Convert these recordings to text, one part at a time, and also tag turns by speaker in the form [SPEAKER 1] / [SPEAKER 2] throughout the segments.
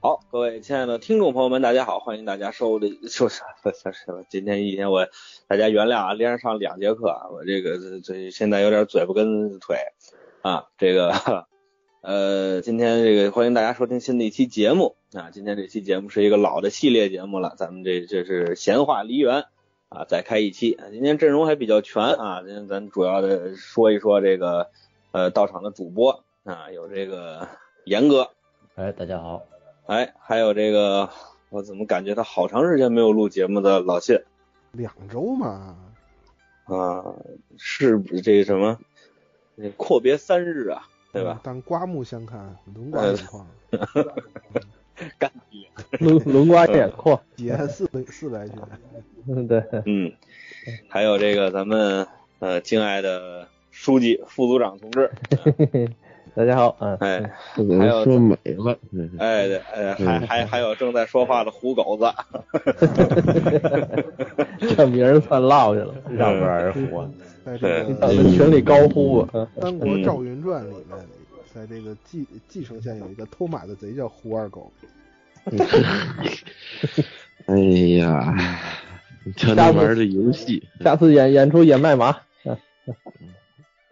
[SPEAKER 1] 好，各位亲爱的听众朋友们，大家好，欢迎大家收的收什么什么？今天一天我大家原谅啊，连着上两节课啊，我这个这这现在有点嘴巴跟腿啊，这个 呃，今天这个欢迎大家收听新的一期节目啊，今天这期节目是一个老的系列节目了，咱们这这是闲话梨园啊，再开一期，啊今天阵容还比较全啊，今天咱主要的说一说这个呃到场的主播啊，有这个严哥。
[SPEAKER 2] 哎，大家好，
[SPEAKER 1] 哎，还有这个，我怎么感觉他好长时间没有录节目的老谢
[SPEAKER 3] 两周嘛，
[SPEAKER 1] 啊，是不这什么，这阔别三日啊，对吧
[SPEAKER 3] 嗯？但刮目相看，轮刮眼 眶，
[SPEAKER 1] 干你脸！
[SPEAKER 2] 轮轮刮眼眶，
[SPEAKER 3] 姐四百四 百卷，
[SPEAKER 2] 嗯， 对，
[SPEAKER 1] 嗯，还有这个咱们呃敬爱的书记副组长同志，
[SPEAKER 2] 大家好，嗯，
[SPEAKER 1] 哎
[SPEAKER 4] 不给人说没了，嗯
[SPEAKER 1] 哎对，哎还还还有正在说话的胡狗子，
[SPEAKER 2] 这名儿算落下了，让不让人活？
[SPEAKER 3] 在这
[SPEAKER 2] 咱
[SPEAKER 3] 个
[SPEAKER 2] 们群里高呼，嗯
[SPEAKER 3] 《三国赵云传》里面，在这个继继承县有一个偷马的贼叫胡二狗，
[SPEAKER 4] 哎呀，这能玩的游戏，
[SPEAKER 2] 下次演演出演卖麻，嗯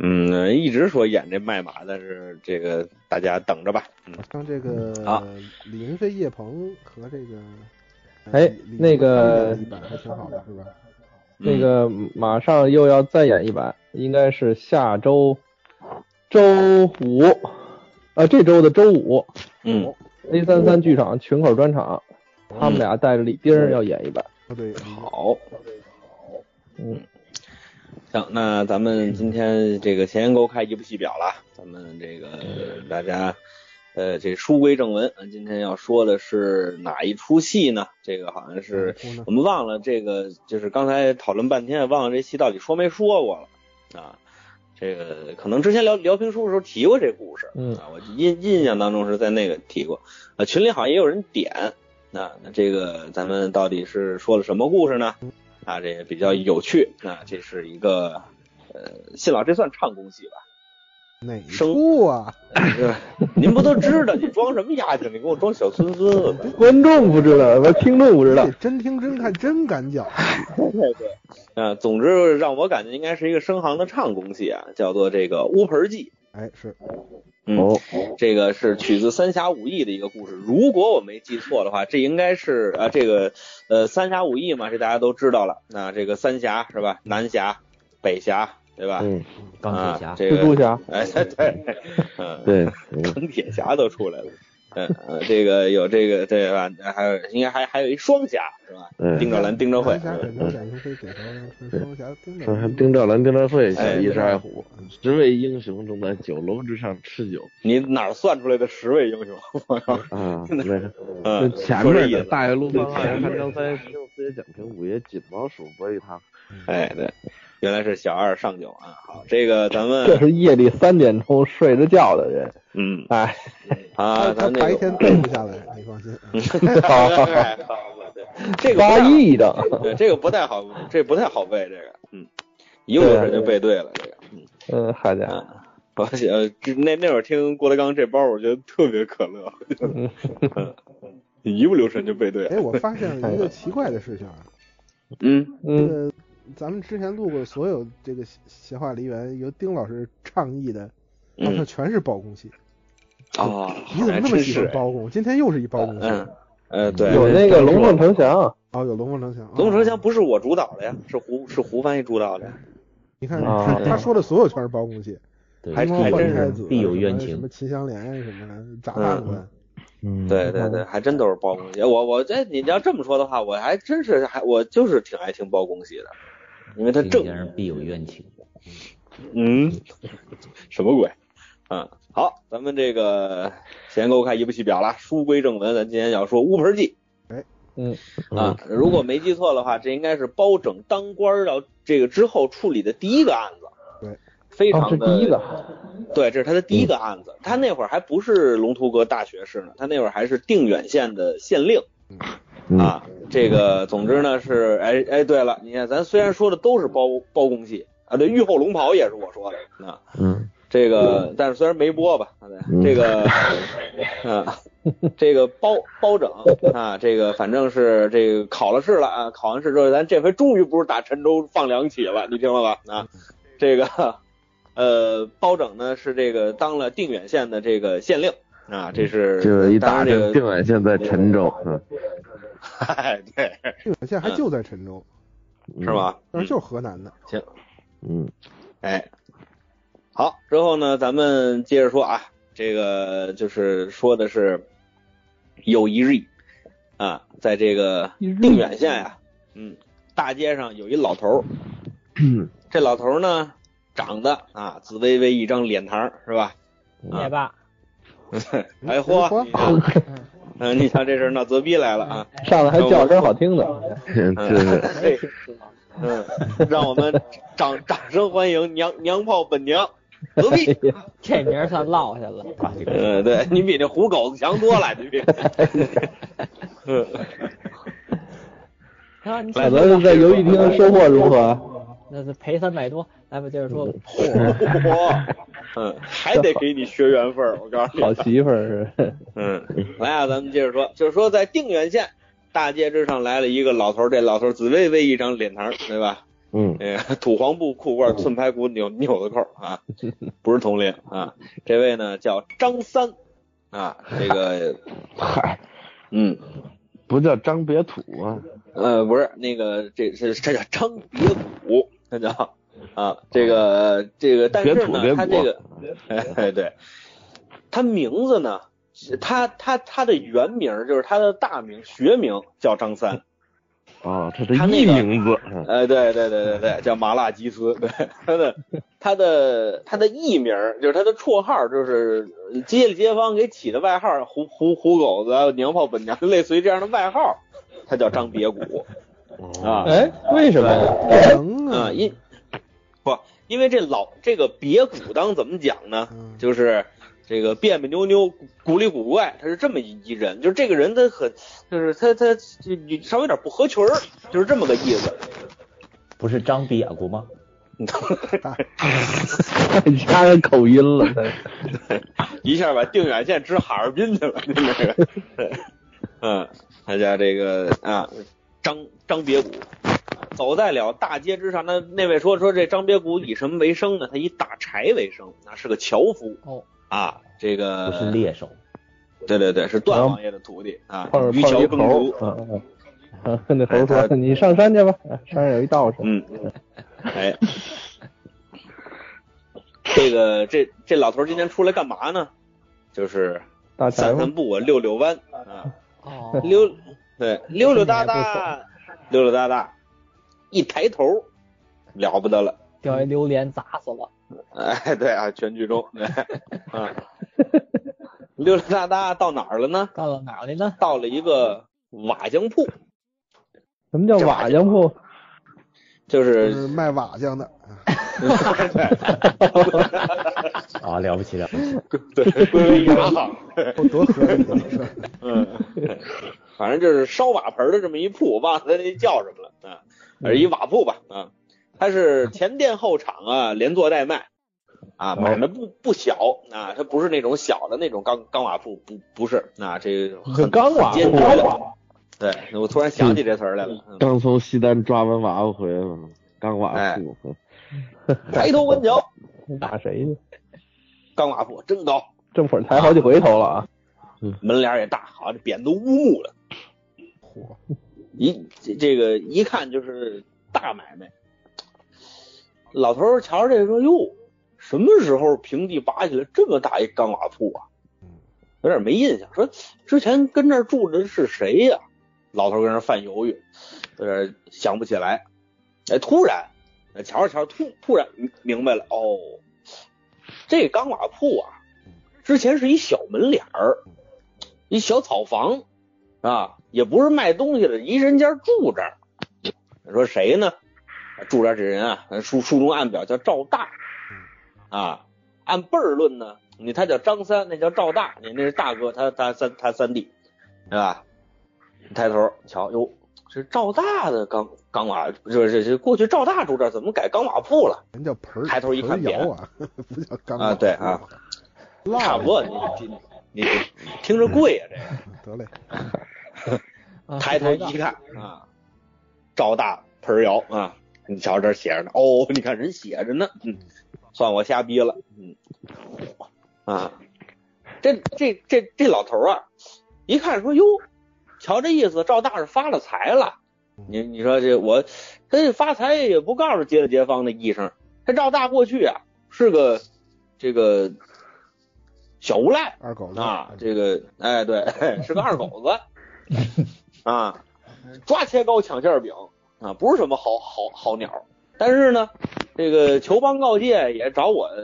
[SPEAKER 1] 嗯，一直说演这卖马，但是这个大家等着吧，嗯
[SPEAKER 3] 像这个
[SPEAKER 1] 好
[SPEAKER 3] 李云飞、叶鹏和这个，呃
[SPEAKER 2] 哎
[SPEAKER 3] 李
[SPEAKER 2] 那个
[SPEAKER 3] 李版还挺好的是吧？
[SPEAKER 1] 嗯
[SPEAKER 2] 那个马上又要再演一版，应该是下周周五，啊，这周的周五嗯
[SPEAKER 1] 嗯，
[SPEAKER 2] ，A 三三剧场群口专场，他们俩带着李丁儿要演一版，
[SPEAKER 3] 哦对，
[SPEAKER 1] 好，
[SPEAKER 2] 嗯，
[SPEAKER 1] 行，那咱们今天这个前言勾开一部戏表了，咱们这个呃大家呃这书归正文，呃今天要说的是哪一出戏呢？这个好像是
[SPEAKER 3] 嗯
[SPEAKER 1] 我们忘了这个，就是刚才讨论半天，忘了这戏到底说没说过了啊。这个可能之前聊聊评书的时候提过这故事，
[SPEAKER 2] 嗯
[SPEAKER 1] 啊，我印印象当中是在那个提过，啊，群里好像也有人点，啊，那这个咱们到底是说了什么故事呢？啊，这也比较有趣，啊，这是一个，呃，信老这算唱功戏吧？
[SPEAKER 3] 哪一
[SPEAKER 1] 生
[SPEAKER 3] 处啊？
[SPEAKER 1] 是吧您不都知道，你装什么丫头？你给我装小孙孙子吧？
[SPEAKER 2] 观众不知道，不是听众不知道
[SPEAKER 3] 这，真听真看真敢讲，
[SPEAKER 1] 对对，啊，总之让我感觉应该是一个生行的唱功戏啊，叫做这个乌盆记。
[SPEAKER 3] 哎是，
[SPEAKER 1] 嗯，
[SPEAKER 4] 哦，
[SPEAKER 1] 这个是取自《三侠五义》的一个故事，如果我没记错的话，这应该是啊，这个呃，《三侠五义》嘛，这大家都知道了。那这个三侠是吧？南侠、北侠，对吧？
[SPEAKER 4] 嗯，
[SPEAKER 1] 钢铁侠，这
[SPEAKER 2] 蜘蛛
[SPEAKER 1] 个
[SPEAKER 2] 侠，
[SPEAKER 1] 哎，对对， 嗯，
[SPEAKER 4] 对，嗯
[SPEAKER 1] 钢铁侠都出来了。嗯，呃这个有这个对吧？还有应该还还有一双侠是吧？
[SPEAKER 4] 嗯，
[SPEAKER 1] 丁兆兰、丁兆慧
[SPEAKER 3] 南，侠北朝贾云飞，北朝是双侠丁
[SPEAKER 4] 说
[SPEAKER 3] 兆
[SPEAKER 4] 还丁兆兰、丁兆慧，
[SPEAKER 1] 哎
[SPEAKER 4] 喜一是爱虎，十位英雄正在酒楼之上 吃酒
[SPEAKER 1] 你哪儿算出来的十位 英雄？
[SPEAKER 4] 啊，那
[SPEAKER 1] 嗯，
[SPEAKER 4] 前
[SPEAKER 1] 说这
[SPEAKER 4] 面
[SPEAKER 1] 意
[SPEAKER 4] 的
[SPEAKER 1] 思。
[SPEAKER 4] 大爷卢方汉、潘长啊三、石榴四爷、蒋平、五爷、锦毛鼠、博一堂，
[SPEAKER 1] 哎，对，原来是小二上酒啊。好，这个咱
[SPEAKER 2] 这
[SPEAKER 1] 们
[SPEAKER 2] 是夜里三点钟睡着觉的人，
[SPEAKER 1] 嗯
[SPEAKER 2] 哎，
[SPEAKER 1] 啊，
[SPEAKER 3] 他他
[SPEAKER 1] 咱那
[SPEAKER 3] 白
[SPEAKER 1] 个
[SPEAKER 3] 天蹲不下来，你放心。啊
[SPEAKER 2] 啊
[SPEAKER 1] 好，哎好对 这个不
[SPEAKER 2] 八
[SPEAKER 1] 太
[SPEAKER 2] 亿的，
[SPEAKER 1] 对这个不太好，这不太好背这个，嗯，一个人就背对了这个， 嗯，
[SPEAKER 2] 嗯，好家伙，
[SPEAKER 1] 啊，我呃，这那那会儿听郭德纲这包，我觉得特别可乐，嗯一不留神就背对了，
[SPEAKER 3] 哎，我发现了一个奇怪的事情啊，
[SPEAKER 1] 嗯，
[SPEAKER 3] 这
[SPEAKER 2] 嗯，
[SPEAKER 3] 个咱们之前录过所有这个闲话梨园由丁老师倡议的，好像
[SPEAKER 1] 嗯
[SPEAKER 3] 全是包公戏。
[SPEAKER 1] 哦，
[SPEAKER 3] 你怎么那
[SPEAKER 1] 还
[SPEAKER 3] 么
[SPEAKER 1] 真
[SPEAKER 3] 喜
[SPEAKER 1] 是
[SPEAKER 3] 欢，包公？今天又是一包公戏。
[SPEAKER 1] 嗯，呃，对，
[SPEAKER 2] 有那个龙凤呈祥，
[SPEAKER 3] 哦，有龙凤呈祥。哦
[SPEAKER 1] 龙城祥，不是我主导的呀，是胡是胡翻译主导的呀，
[SPEAKER 3] 你看
[SPEAKER 2] 啊
[SPEAKER 3] 他他说的所有全是包公戏，
[SPEAKER 5] 对
[SPEAKER 1] 还
[SPEAKER 3] 金光
[SPEAKER 1] 还
[SPEAKER 3] 换
[SPEAKER 1] 真
[SPEAKER 3] 太
[SPEAKER 1] 是，
[SPEAKER 3] 子
[SPEAKER 5] 必有冤情
[SPEAKER 3] 什么什么秦香莲什么砸
[SPEAKER 1] 嗯
[SPEAKER 3] 饭官，
[SPEAKER 5] 嗯，
[SPEAKER 1] 对对对，还真都是包公戏。我我哎，你要这么说的话，我还真是还我就是挺爱听包公戏的，因为他
[SPEAKER 5] 天
[SPEAKER 1] 正
[SPEAKER 5] 下人必有冤情。
[SPEAKER 1] 嗯，什么鬼？嗯，好，咱们这个闲给我看一部戏表了。书归正文，咱今天要说《乌盆记》
[SPEAKER 2] 嗯，
[SPEAKER 1] 啊，如果没记错的话，这应该是包拯当官儿到这个之后处理的第一个案子。
[SPEAKER 3] 对，
[SPEAKER 1] 非
[SPEAKER 2] 哦，
[SPEAKER 1] 常
[SPEAKER 2] 这
[SPEAKER 1] 的、
[SPEAKER 2] 第一个，
[SPEAKER 1] 对，这是他的第一个案子。他那会儿还不是龙图阁大学士呢，他那会儿还是定远县的县令。
[SPEAKER 4] 嗯
[SPEAKER 1] 啊，这个总之呢是，哎哎，对了，你看咱虽然说的都是包包公戏啊，对，御后龙袍也是我说的啊，
[SPEAKER 4] 嗯，
[SPEAKER 1] 这个但是虽然没播吧，啊对这个，嗯，这个包包拯啊，这个反正是这个考了试了啊，考完试之后，咱这回终于不是打陈州放凉起了，你听了吧？啊，这个呃，包拯呢是这个当了定远县的这个县令啊，这是
[SPEAKER 4] 嗯就是一
[SPEAKER 1] 当
[SPEAKER 4] 打
[SPEAKER 1] 然这个
[SPEAKER 4] 听，定远县在陈州，嗯
[SPEAKER 1] 嗨，哎对，
[SPEAKER 3] 定远县还就在陈州，
[SPEAKER 1] 是？吧？
[SPEAKER 3] 但是就是河南的。
[SPEAKER 4] 嗯，
[SPEAKER 1] 哎，好，之后呢，咱们接着说啊，这个就是说的是有一日啊，在这个定远县呀、嗯，大街上有一老头儿，这老头儿呢长得啊紫微微一张脸膛儿是吧？
[SPEAKER 5] 灭霸，
[SPEAKER 1] 哎嚯，你看
[SPEAKER 3] 嗯
[SPEAKER 1] 嗯，你瞧这事儿闹责逼来了啊！
[SPEAKER 2] 上来还叫声好听的，
[SPEAKER 4] 嗯 这是
[SPEAKER 1] 嘿，嗯，让我们掌掌声欢迎娘娘炮本娘泽逼。
[SPEAKER 5] 这名儿算落下了。
[SPEAKER 1] 嗯， 对你比那虎狗子强多了，你 比。嗯，
[SPEAKER 5] 啊，你
[SPEAKER 1] 来
[SPEAKER 2] 小
[SPEAKER 5] 想
[SPEAKER 2] 泽是在游戏厅收获如何？
[SPEAKER 5] 那是赔三百多，来吧，接着说吧。
[SPEAKER 1] 嗯嚯，嗯，还得给你学缘分儿，我告诉你。
[SPEAKER 2] 好媳妇儿是，
[SPEAKER 1] 嗯，来啊，咱们接着说，就是说在定远县大街之上来了一个老头儿，这老头儿紫薇薇一张脸膛儿，对 吧？
[SPEAKER 4] 嗯
[SPEAKER 1] 那个土黄布裤褂，寸排骨扭扭子扣啊，不是同龄啊。这位呢叫张三啊，这个
[SPEAKER 4] 嗨，
[SPEAKER 1] 嗯
[SPEAKER 4] 不叫张别土啊，
[SPEAKER 1] 呃，不是那个，这是这叫张别谷，他叫啊，这个这个，但是
[SPEAKER 4] 别土别
[SPEAKER 1] 呢，
[SPEAKER 4] 谷
[SPEAKER 1] 他这个，哎对，他名字呢，他他他的原名儿就是他的大名学名叫张三，
[SPEAKER 4] 哦，这是
[SPEAKER 1] 他那
[SPEAKER 4] 一
[SPEAKER 1] 个
[SPEAKER 4] 名字，嗯
[SPEAKER 1] 哎对对对对对，叫麻辣鸡丝，对他的他的他的艺名儿就是他的绰号儿就是街里街坊给起的外号儿，胡胡胡狗子啊、娘炮本娘，类似于这样的外号儿，他叫张别谷
[SPEAKER 4] 嗯
[SPEAKER 1] 啊。
[SPEAKER 2] 哎，为什么呀？
[SPEAKER 3] 能啊
[SPEAKER 1] 嗯，，因不因为这老这个别鼓当怎么讲呢？
[SPEAKER 3] 嗯
[SPEAKER 1] 就是这个别别扭扭、古里古怪，他是这么一一人，就是这个人他很，就是他他就你稍微有点不合群儿，就是这么个意思。
[SPEAKER 6] 不是张瘪咕吗？
[SPEAKER 2] 加上口音了，
[SPEAKER 1] 一下把定远县支哈尔滨去了，那个，嗯，他家这个啊，张张别谷走在了大街之上。那那位说说这张别谷以什么为生呢？他以打柴为生，那是个樵夫
[SPEAKER 5] 哦
[SPEAKER 1] 啊，这
[SPEAKER 6] 不是
[SPEAKER 1] 个
[SPEAKER 6] 猎手，
[SPEAKER 1] 对对对，是段王爷的徒弟啊
[SPEAKER 2] 碰，
[SPEAKER 1] 渔
[SPEAKER 2] 着碰
[SPEAKER 1] 樵
[SPEAKER 2] 一
[SPEAKER 1] 耕
[SPEAKER 2] 猴
[SPEAKER 1] 读，，哎
[SPEAKER 2] 嗯嗯，嗯那猴说：“你上山去吧，哎山上有一道士。”
[SPEAKER 1] 嗯，哎，这个这这老头儿今天出来干嘛呢？就是
[SPEAKER 2] 大柴
[SPEAKER 1] 散
[SPEAKER 2] 吗
[SPEAKER 1] 散？步啊，遛遛弯啊。
[SPEAKER 5] 哦，
[SPEAKER 1] 溜，对，溜溜达达，溜溜达达，一抬头，了不得了，
[SPEAKER 5] 掉一榴莲砸死了。
[SPEAKER 1] 哎，对啊，全剧终，对，啊，溜溜达达到哪儿了呢？
[SPEAKER 5] 到了哪儿了呢？
[SPEAKER 1] 到了一个瓦匠铺，
[SPEAKER 2] 什么叫瓦匠铺？
[SPEAKER 1] 就
[SPEAKER 3] 就是是卖瓦匠的，啊
[SPEAKER 6] 啊，了不起了不起，
[SPEAKER 1] 对归为雅行，
[SPEAKER 3] 多合理啊！是吧
[SPEAKER 1] 嗯，反正就是烧瓦盆的这么一铺，我忘了他那叫什么了啊，而一瓦铺吧啊，它是前店后厂啊，连做带卖
[SPEAKER 6] 哦
[SPEAKER 1] 啊，买卖不不小啊，它不是那种小的那种钢钢瓦铺，不不是啊，这个很
[SPEAKER 2] 钢瓦
[SPEAKER 1] 坚
[SPEAKER 2] 铺啊
[SPEAKER 1] 决的。对，我突然想起这词儿来了。嗯
[SPEAKER 4] 刚从西单抓完娃娃回来了，刚
[SPEAKER 1] 哎
[SPEAKER 4] 娃妇，嗯
[SPEAKER 1] 抬头纹脚，
[SPEAKER 2] 打谁去？
[SPEAKER 1] 钢瓦铺真高，
[SPEAKER 2] 这会儿抬好几回头了啊！
[SPEAKER 1] 门帘儿也大，好像这匾都乌木了。
[SPEAKER 3] 嚯，
[SPEAKER 1] 一这这个一看就是大买卖。老头儿瞧着这个说：“哟，什么时候平地拔起来这么大一钢瓦铺啊？”有点没印象，说之前跟这儿住的是谁呀、老头儿跟那儿犯犹豫，有点想不起来。哎，突然，哎瞧着瞧着，突突然明明白了，哦，这钢瓦铺啊，之前是一小门脸儿，一小草房，啊，也不是卖东西的，一人家住这儿。你说谁呢？住这儿这人啊，书书中暗表叫赵大，啊，按辈儿论呢，你他叫张三，那叫赵大，你那是大哥，他他三他三弟，对吧？你抬头瞧，哟，这赵大的钢钢瓦，就是这这过去赵大住这儿，怎么改钢瓦铺了？
[SPEAKER 3] 人叫盆儿，
[SPEAKER 1] 抬头一看
[SPEAKER 3] 盆儿窑啊，不叫钢
[SPEAKER 1] 啊对啊，
[SPEAKER 3] 烙
[SPEAKER 1] 差不多，你你你听着贵呀、这
[SPEAKER 3] 得嘞，
[SPEAKER 5] 啊
[SPEAKER 1] 个抬头一看啊，赵大盆儿窑啊，你瞧这写着呢，哦，你看人写着呢，嗯，算我瞎逼了，嗯，啊，这这这这老头儿啊，一看说哟，瞧这意思，赵大是发了财了。你你说这我，他这发财也不告诉街里街坊的医生，他赵大过去啊是个这个小无赖，
[SPEAKER 3] 二狗子
[SPEAKER 1] 啊，这个哎对， 是个二狗子啊，抓切糕抢馅儿饼啊，不是什么好好好鸟儿。但是呢，这个求帮告借也找我呃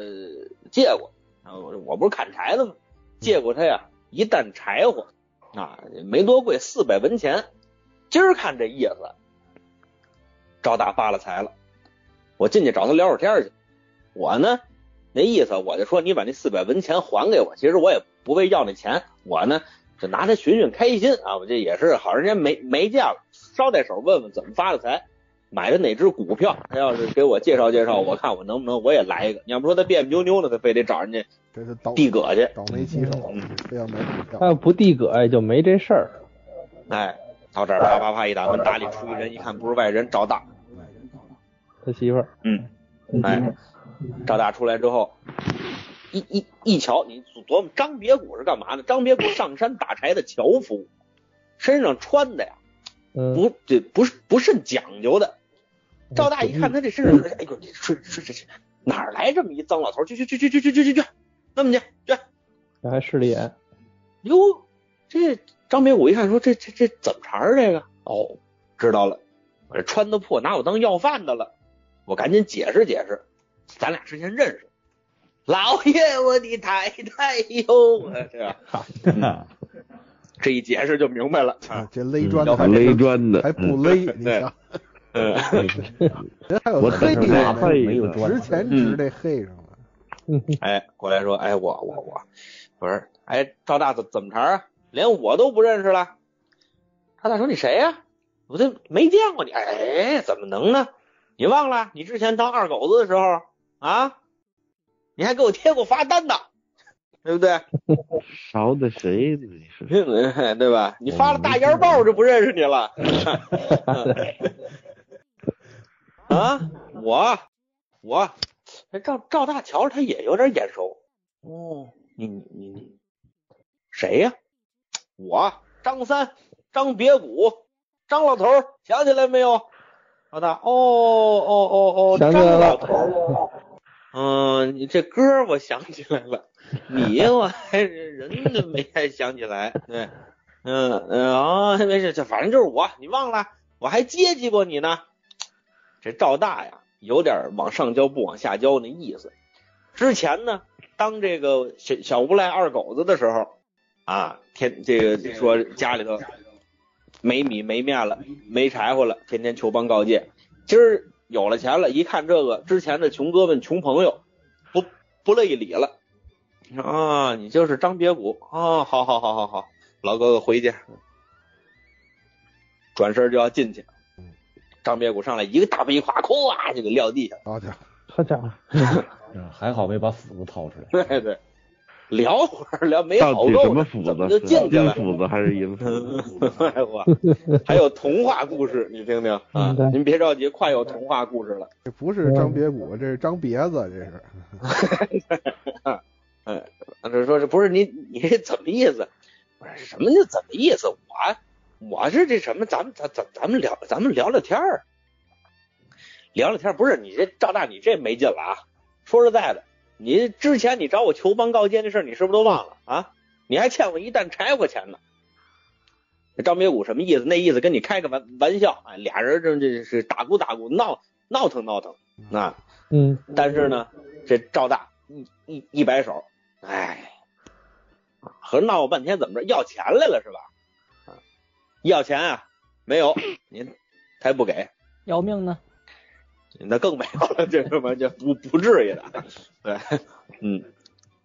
[SPEAKER 1] 借过啊，我我不是砍柴的吗？借过他呀一担柴火啊，没多贵，四百文钱。今儿看这意思，赵大发了财了，我进去找他聊会儿天儿去。我呢，那意思我就说你把那四百文钱还给我，其实我也不为要那钱，我呢就拿它寻寻开心啊，我这也是好长时间没没见了，捎带手问问怎么发的财，买的哪只股票，他要是给我介绍介绍，我看我能不能我也来一个。你要不说他别别扭扭的，他非得找人家
[SPEAKER 3] 这是倒
[SPEAKER 1] 递葛去，
[SPEAKER 3] 倒霉棋手
[SPEAKER 1] 嗯，
[SPEAKER 3] 非要买股
[SPEAKER 2] 他
[SPEAKER 3] 票。
[SPEAKER 2] 要不递葛也就没这事儿。
[SPEAKER 1] 哎，到这儿啪啪啪一打门，打里出一人，一看不是外人，赵大，
[SPEAKER 2] 他媳妇儿，
[SPEAKER 1] 嗯，哎，赵大出来之后，一一一瞧，你琢磨张别谷是干嘛的？张别谷上山打柴的樵夫，身上穿的呀，
[SPEAKER 2] 嗯，
[SPEAKER 1] 不这不是不甚讲究的。赵大一看他这身上，哎呦，你说说这这哪儿来这么一脏老头？去去去去去去去去去，那么去去
[SPEAKER 2] 这还势利眼，
[SPEAKER 1] 哟，这张别谷一看说这这这怎么茬儿这个？哦，知道了，我这穿的破，拿我当要饭的了，我赶紧解释解释，咱俩之前认识。老爷，我的太太哟，哎这样哎这一解释就明白了。
[SPEAKER 3] 啊这勒砖的
[SPEAKER 1] 嗯
[SPEAKER 3] 还
[SPEAKER 4] 勒
[SPEAKER 3] 不
[SPEAKER 4] 砖的，
[SPEAKER 3] 还不 勒，你
[SPEAKER 1] 对
[SPEAKER 3] 瞧，
[SPEAKER 1] 嗯，
[SPEAKER 3] 人还有
[SPEAKER 4] 我
[SPEAKER 3] 黑
[SPEAKER 4] 等着
[SPEAKER 3] 呢
[SPEAKER 4] 他背
[SPEAKER 6] 费没有
[SPEAKER 4] 呢
[SPEAKER 6] 砖
[SPEAKER 3] 值钱
[SPEAKER 1] 嗯
[SPEAKER 3] 值这黑上了，
[SPEAKER 1] 哎，过来说，哎，我我我，我说，哎，赵大怎怎么茬儿啊？连我都不认识了。赵大说你谁呀、我这没见过你，哎，怎么能呢？你忘了你之前当二狗子的时候啊，你还给我贴过罚单呢，对不对？
[SPEAKER 4] 勺的谁呢？你是
[SPEAKER 1] 对吧？你发了大烟报我就不认识你 了。啊，我我哎赵赵大乔着他也有点眼熟。哦，你你你你谁呀、我啊张三，张别谷，张老头儿，想起来没有？老大，哦哦哦哦，
[SPEAKER 2] 想起来
[SPEAKER 1] 张老
[SPEAKER 2] 了
[SPEAKER 1] 头儿。嗯，你这歌儿我想起来了。你我还是人都没太想起来，对，嗯嗯啊，没事，这反正就是我，你忘了，我还接济过你呢。这赵大呀，有点往上交不往下交那意思。之前呢，当这个小小无赖二狗子的时候，啊，天这个说家里头没米没面了，没柴火了，天天求帮告诫。今儿有了钱了，一看这个之前的穷哥们、穷朋友，不不乐意理了。啊，你就是张别谷啊！好好好好好，老哥哥回去。转身就要进去，张别谷上来一个大背胯，咵就给撂地下了。
[SPEAKER 3] 好家伙，
[SPEAKER 2] 好家伙，
[SPEAKER 6] 嗯还好没把斧子掏出来。
[SPEAKER 1] 对对，聊会儿聊没
[SPEAKER 4] 到
[SPEAKER 1] 好
[SPEAKER 4] 底什
[SPEAKER 1] 够
[SPEAKER 4] 么
[SPEAKER 1] 呢，
[SPEAKER 4] 斧
[SPEAKER 1] 怎么
[SPEAKER 4] 子？
[SPEAKER 1] 就是进去
[SPEAKER 4] 金
[SPEAKER 1] 了？
[SPEAKER 4] 斧子还是银斧子？
[SPEAKER 1] 哎我，还有童话故事，你听听啊
[SPEAKER 2] 嗯对！
[SPEAKER 1] 您别着急，快有童话故事了。
[SPEAKER 3] 这不是张别谷，这是张别子，这是
[SPEAKER 1] 啊，这说这不是你你这怎么意思？我说什么叫怎么意思？我我是这什么？咱们咱咱咱们聊咱们聊聊天儿，聊聊天儿。不是你这赵大你这没劲了啊！说实在的，你之前你找我求帮告诫那事儿，你是不是都忘了啊？你还欠我一担柴火钱呢。这张别谷什么意思？那意思跟你开个玩玩笑，哎，俩人这这是打鼓打鼓闹闹腾闹腾啊。
[SPEAKER 2] 嗯，
[SPEAKER 1] 但是呢，这赵大一一一摆手，哎，合着闹我半天怎么着？要钱来了是吧？啊要钱啊？没有，您他也不给，
[SPEAKER 5] 要命呢，
[SPEAKER 1] 那更没有了，这他妈就不不至于的，对，嗯，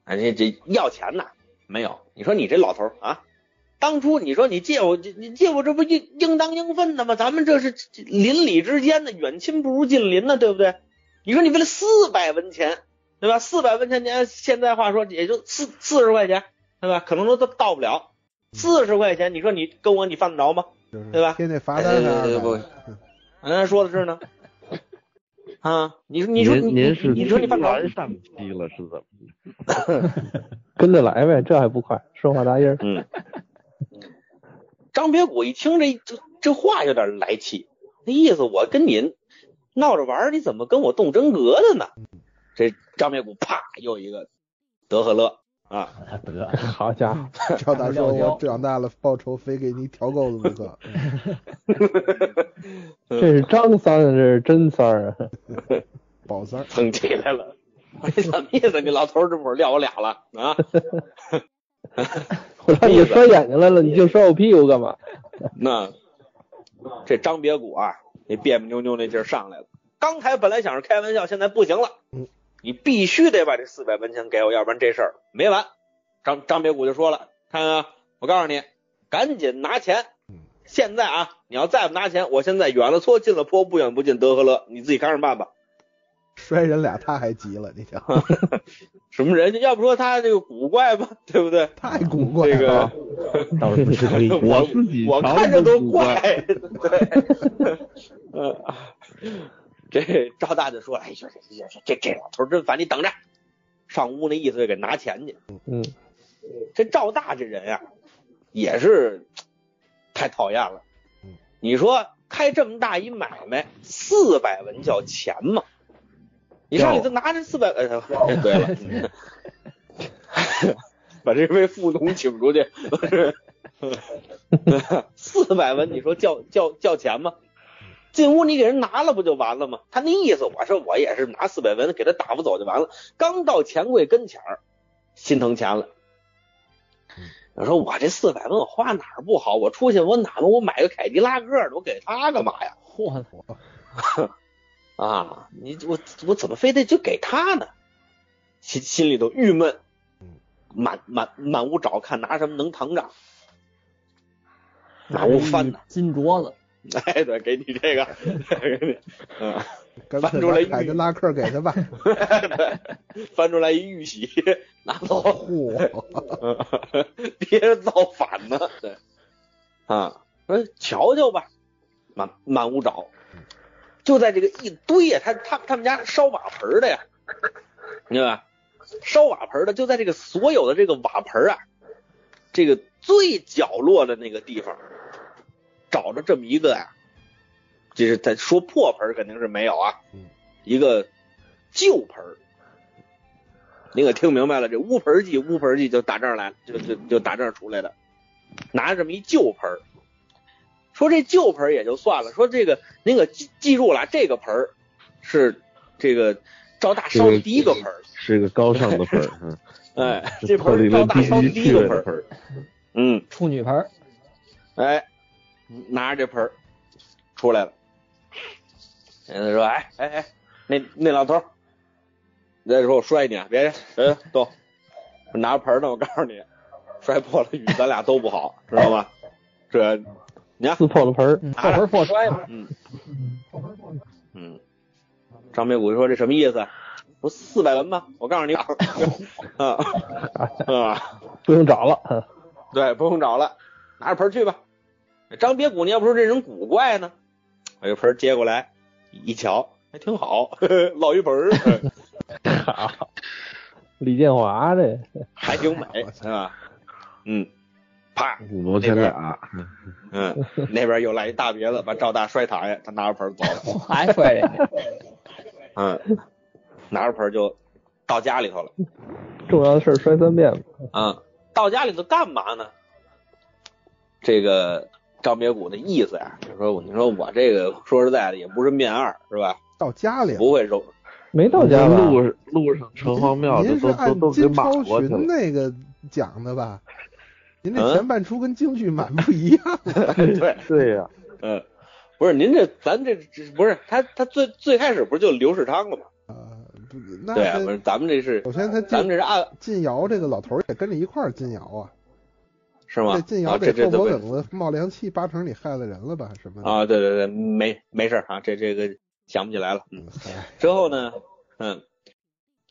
[SPEAKER 1] 哎，这这要钱呐，没有，你说你这老头儿啊，当初你说你借我，这你借我这不应应当应分的吗？咱们这是这邻里之间的远亲不如近邻呢，对不对？你说你为了四百文钱，对吧？四百文钱，你按现在话说也就四四十块钱，对吧？可能都都到不了。四十块钱，你说你跟我你犯得着吗？
[SPEAKER 3] 就是
[SPEAKER 1] 对吧
[SPEAKER 3] 现在罚啊单是啊
[SPEAKER 1] 呃
[SPEAKER 3] 二
[SPEAKER 1] 不
[SPEAKER 3] 百，
[SPEAKER 1] 俺刚才说的是呢，啊，你说你说你
[SPEAKER 4] 您
[SPEAKER 1] 你
[SPEAKER 4] 您是
[SPEAKER 1] 你说你犯
[SPEAKER 4] 突
[SPEAKER 1] 不着
[SPEAKER 4] 然，上机了是怎么？
[SPEAKER 2] 跟着来呗，这还不快？顺话答音儿，
[SPEAKER 1] 嗯。张别谷一听这这这话有点来气，那意思我跟你闹着玩儿，你怎么跟我动真格的呢？这张别谷啪又一个德赫勒啊，
[SPEAKER 6] 得，
[SPEAKER 2] 好家伙，
[SPEAKER 3] 赵达说：“
[SPEAKER 5] 撂挑
[SPEAKER 3] 我长大了，报仇非给你挑够了不可。嗯
[SPEAKER 2] 这是张三，这是真三儿啊！”
[SPEAKER 3] 宝三儿，
[SPEAKER 1] 蹭起来了。 我说什么意思？你老头儿这会儿撂我俩了啊？
[SPEAKER 2] 我让你摔眼睛来了，你就摔我屁股干嘛？
[SPEAKER 1] 那这张别谷啊，那别别扭扭那劲儿上来了。刚才本来想是开玩笑，现在不行了
[SPEAKER 3] 嗯，
[SPEAKER 1] 你必须得把这四百文钱给我，要不然这事儿没完。张张别谷就说了，看啊，我告诉你，赶紧拿钱
[SPEAKER 3] 嗯。
[SPEAKER 1] 现在啊，你要再不拿钱，我现在远了搓，近了泼，不远不近德和乐，你自己看着办吧。
[SPEAKER 3] 摔人俩他还急了，你瞧，
[SPEAKER 1] 什么人？要不说他这个古怪吧，对不对？
[SPEAKER 3] 太古怪啊
[SPEAKER 1] 这个
[SPEAKER 3] 了。
[SPEAKER 6] 倒是不是可以
[SPEAKER 1] 我
[SPEAKER 4] 自己
[SPEAKER 1] 我
[SPEAKER 4] 尝
[SPEAKER 1] 看着
[SPEAKER 4] 试
[SPEAKER 1] 都
[SPEAKER 4] 古
[SPEAKER 1] 怪， 对，呃，这赵大就说：“哎呦，这这这这老头儿真烦，你等着，上屋那意思就给拿钱去。
[SPEAKER 2] 嗯，”
[SPEAKER 1] 这赵大这人啊，也是太讨厌了
[SPEAKER 3] 嗯。
[SPEAKER 1] 你说开这么大一买卖，四百文叫钱吗？你上里头拿着四百，呃，对了， 把这位富农请出去，不是？四百文，你说叫叫叫钱吗？进屋你给人拿了不就完了吗？他那意思，我说我也是拿四百文给他打发走就完了。刚到钱柜跟前儿，心疼钱了。我说我这四百文我花哪儿不好？我出去我哪怕我买个凯迪拉克的，我给他干嘛呀？
[SPEAKER 5] 嚯，
[SPEAKER 1] 啊，你我我怎么非得就给他呢？心心里头郁闷，满满满屋找看拿什么能膨胀，
[SPEAKER 5] 哎
[SPEAKER 1] 满屋翻呢。
[SPEAKER 5] 金镯子，
[SPEAKER 1] 哎，对，给你这个， 给你，嗯，
[SPEAKER 3] 干
[SPEAKER 1] 翻
[SPEAKER 3] 脆
[SPEAKER 1] 出来
[SPEAKER 3] 把
[SPEAKER 1] 一
[SPEAKER 3] 凯迪拉克给他吧。
[SPEAKER 1] 对，翻出来一玉玺，拿走，
[SPEAKER 3] 嚯，
[SPEAKER 1] 别造反呢。对，啊，说瞧瞧吧，满满屋找，就在这个一堆呀、他他他们家烧瓦盆儿的呀， 明白吧？烧瓦盆儿的就在这个所有的这个瓦盆儿啊，这个最角落的那个地方，找着这么一个呀、就是在说破盆儿肯定是没有啊
[SPEAKER 3] 嗯，
[SPEAKER 1] 一个旧盆儿。您可听明白了？这乌盆儿记，乌盆儿记就打这儿来，就就就打这儿出来的，拿着这么一旧盆儿。说这旧盆儿也就算了，说这个您可记记住了啊，这个盆儿是这个赵大烧的第一个盆儿，
[SPEAKER 4] 是个高尚的本儿，嗯
[SPEAKER 1] 哎，
[SPEAKER 4] 是
[SPEAKER 1] 这盆
[SPEAKER 4] 脱离
[SPEAKER 1] 儿
[SPEAKER 4] 了
[SPEAKER 1] 赵大
[SPEAKER 4] 低
[SPEAKER 1] 烧的
[SPEAKER 4] 级
[SPEAKER 1] 第一
[SPEAKER 4] 趣
[SPEAKER 1] 个
[SPEAKER 4] 味
[SPEAKER 1] 盆
[SPEAKER 4] 的
[SPEAKER 1] 儿，
[SPEAKER 4] 本儿。
[SPEAKER 1] 嗯，
[SPEAKER 5] 处女盆儿，
[SPEAKER 1] 哎，拿着这盆儿出来了。人家说：“哎哎哎，那那老头儿，再说我摔你啊，别别动，我拿着盆儿呢，我告诉你，摔破了雨咱俩都不好，知道吗？这你看，
[SPEAKER 2] 撕破了盆儿，
[SPEAKER 5] 嗯，破盆儿破摔嘛，
[SPEAKER 1] 嗯嗯，张美谷说这什么意思？啊不四百文吗？我告诉 你啊 啊啊！”
[SPEAKER 2] 不用找了。 嗯
[SPEAKER 1] 对，不用找了，拿着盆儿去吧。张别谷，你要不说这人古怪呢，把这盆儿接过来一瞧，还挺好， 呵呵落一盆儿， 嗯
[SPEAKER 2] 李建华这
[SPEAKER 1] 还挺美，是吧？嗯，啪，
[SPEAKER 4] 五毛钱啊俩，
[SPEAKER 1] 嗯，那边又来一大别子，把赵大摔躺下，他拿着盆儿走了，
[SPEAKER 5] 我还摔人家，
[SPEAKER 1] 嗯，拿着盆儿就到家里头了。
[SPEAKER 2] 重要的事儿摔三遍吧。
[SPEAKER 1] 啊，到家里头干嘛呢？这个张别谷的意思呀、就说我你说我这个说实在的也不是面二是吧？
[SPEAKER 3] 到家里了。
[SPEAKER 1] 不会揉
[SPEAKER 2] 没到家吧？
[SPEAKER 4] 路上路上城隍庙
[SPEAKER 3] 您
[SPEAKER 4] 这
[SPEAKER 3] 是
[SPEAKER 4] 都都
[SPEAKER 3] 按
[SPEAKER 4] 都给
[SPEAKER 3] 金
[SPEAKER 4] 码
[SPEAKER 3] 超
[SPEAKER 4] 过去
[SPEAKER 3] 群
[SPEAKER 4] 了，
[SPEAKER 3] 那个讲的吧？您
[SPEAKER 1] 嗯
[SPEAKER 3] 这前半出跟京剧蛮不一样。
[SPEAKER 1] 对，
[SPEAKER 4] 对呀，
[SPEAKER 1] 嗯，不是您这，咱这这不是他，他最最开始不是就刘世昌了吗？
[SPEAKER 3] 呃，不那
[SPEAKER 1] 对啊，
[SPEAKER 3] 这
[SPEAKER 1] 不是咱们这是
[SPEAKER 3] 首先他
[SPEAKER 1] 咱们
[SPEAKER 3] 进
[SPEAKER 1] 这是按
[SPEAKER 3] 进窑这个老头儿也跟着一块儿进窑啊，
[SPEAKER 1] 是吗
[SPEAKER 3] 这？进
[SPEAKER 1] 啊，
[SPEAKER 3] 窑
[SPEAKER 1] 这
[SPEAKER 3] 得
[SPEAKER 1] 这
[SPEAKER 3] 破
[SPEAKER 1] 这
[SPEAKER 3] 脖
[SPEAKER 1] 不
[SPEAKER 3] 梗子冒凉气，八成你害了人了吧什么的。
[SPEAKER 1] 啊，对对对，没没事儿啊，这这个想不起来了。嗯，
[SPEAKER 3] 嗯，嗨
[SPEAKER 1] 之后呢，嗯，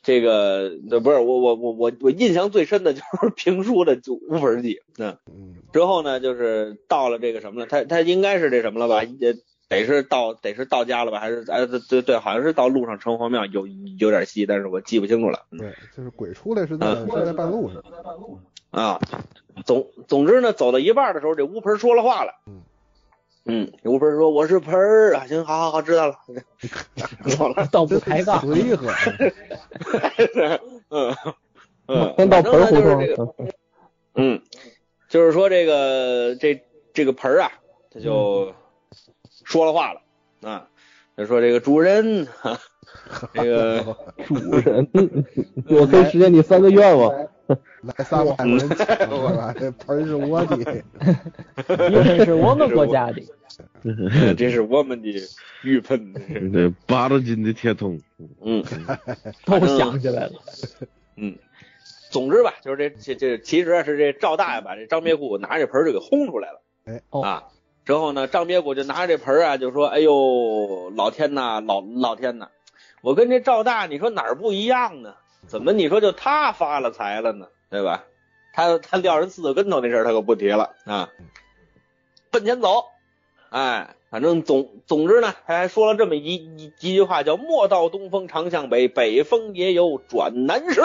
[SPEAKER 1] 这个呃不是我我我我我印象最深的就是 评书的就五本记，嗯，
[SPEAKER 3] 嗯，
[SPEAKER 1] 之后呢就是到了这个什么了，他他应该是这什么了吧？也得是到得是到家了吧？还是哎对对对，好像是到路上城隍庙有有点戏，但是我记不清楚了。嗯
[SPEAKER 3] 对，就是鬼出来是在
[SPEAKER 1] 嗯
[SPEAKER 3] 是在半路上，
[SPEAKER 1] 啊，总总之呢，走到一半的时候，这乌盆说了话了。
[SPEAKER 3] 嗯
[SPEAKER 1] 嗯，这乌盆说我是盆儿啊，行，好好好，知道了， 走了。
[SPEAKER 5] 倒不抬 杠，
[SPEAKER 3] 死一个，
[SPEAKER 1] 嗯 嗯，
[SPEAKER 2] 先到
[SPEAKER 1] 反
[SPEAKER 2] 盆
[SPEAKER 1] 正呢就
[SPEAKER 2] 儿胡
[SPEAKER 1] 是这
[SPEAKER 2] 同
[SPEAKER 1] 个，
[SPEAKER 2] 嗯，
[SPEAKER 1] 嗯，就是说这个这这个盆儿啊，他就说了话了啊，他说这个主人，哈，这个。
[SPEAKER 2] 主人，我可以实现你三个愿望，
[SPEAKER 3] 来仨外国人抢
[SPEAKER 1] 嗯
[SPEAKER 3] 是吧？这盆儿是我的，
[SPEAKER 5] 因为是我们国家 的，
[SPEAKER 1] 这是我们的玉盆，这是
[SPEAKER 4] 这八十斤的铁桶，
[SPEAKER 1] 嗯
[SPEAKER 5] 都想起来了，
[SPEAKER 1] 嗯。总之吧，就是这这这，其实啊是这赵大爷把这张别谷拿着盆儿就给轰出来了。
[SPEAKER 3] 哎
[SPEAKER 5] 哦
[SPEAKER 1] 啊，之后呢，张别谷就拿着这盆儿啊，就说：“哎呦，老天呐，老老天呐，我跟这赵大，你说哪儿不一样呢？怎么你说就他发了财了呢？对吧？他他撂人四个跟头那事儿他可不提了啊，奔前走。哎，反正总总之呢，他还说了这么一一一句话，叫“莫道东风长向北，北风也有转南时”。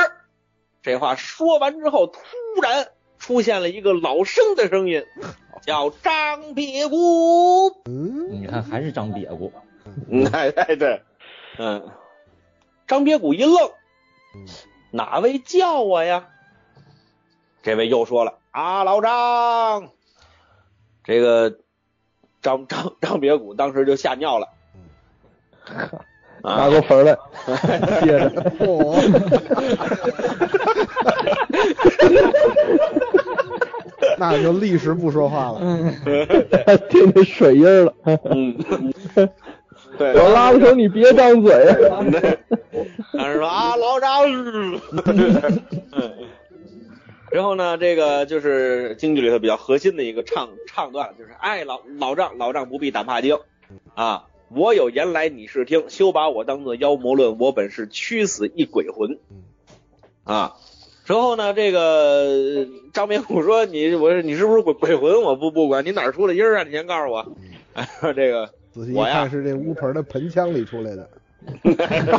[SPEAKER 1] 这话说完之后，突然出现了一个老生的声音，叫张别谷。
[SPEAKER 3] 嗯，
[SPEAKER 6] 你看还是张瘪过，
[SPEAKER 1] 嗯， 哎哎对，嗯，张别谷一愣
[SPEAKER 3] 嗯，
[SPEAKER 1] 哪位叫我呀？这位又说了啊，老张，这个张张张别谷当时就吓尿了，
[SPEAKER 2] 拿
[SPEAKER 1] 啊，
[SPEAKER 2] 过盆儿来，接着，
[SPEAKER 3] 那就历史不说话了，
[SPEAKER 2] 听见水音儿了，
[SPEAKER 1] 嗯， 对，
[SPEAKER 2] 我拉的时候你别张嘴啊，
[SPEAKER 1] 当时说啊，老张，嗯，然后呢，这个就是京剧里头比较核心的一个唱唱段，就是哎老老丈老丈不必胆怕惊啊，我有言来你是听，休把我当作妖魔论，我本是屈死一鬼魂
[SPEAKER 3] 嗯
[SPEAKER 1] 啊。之后呢，这个张明虎说你我说你是不是鬼鬼魂？我不不管你哪儿出的音儿啊，你先告诉我。 哎，说这个
[SPEAKER 3] 仔细一
[SPEAKER 1] 我呀
[SPEAKER 3] 看是这乌盆的盆腔里出来的，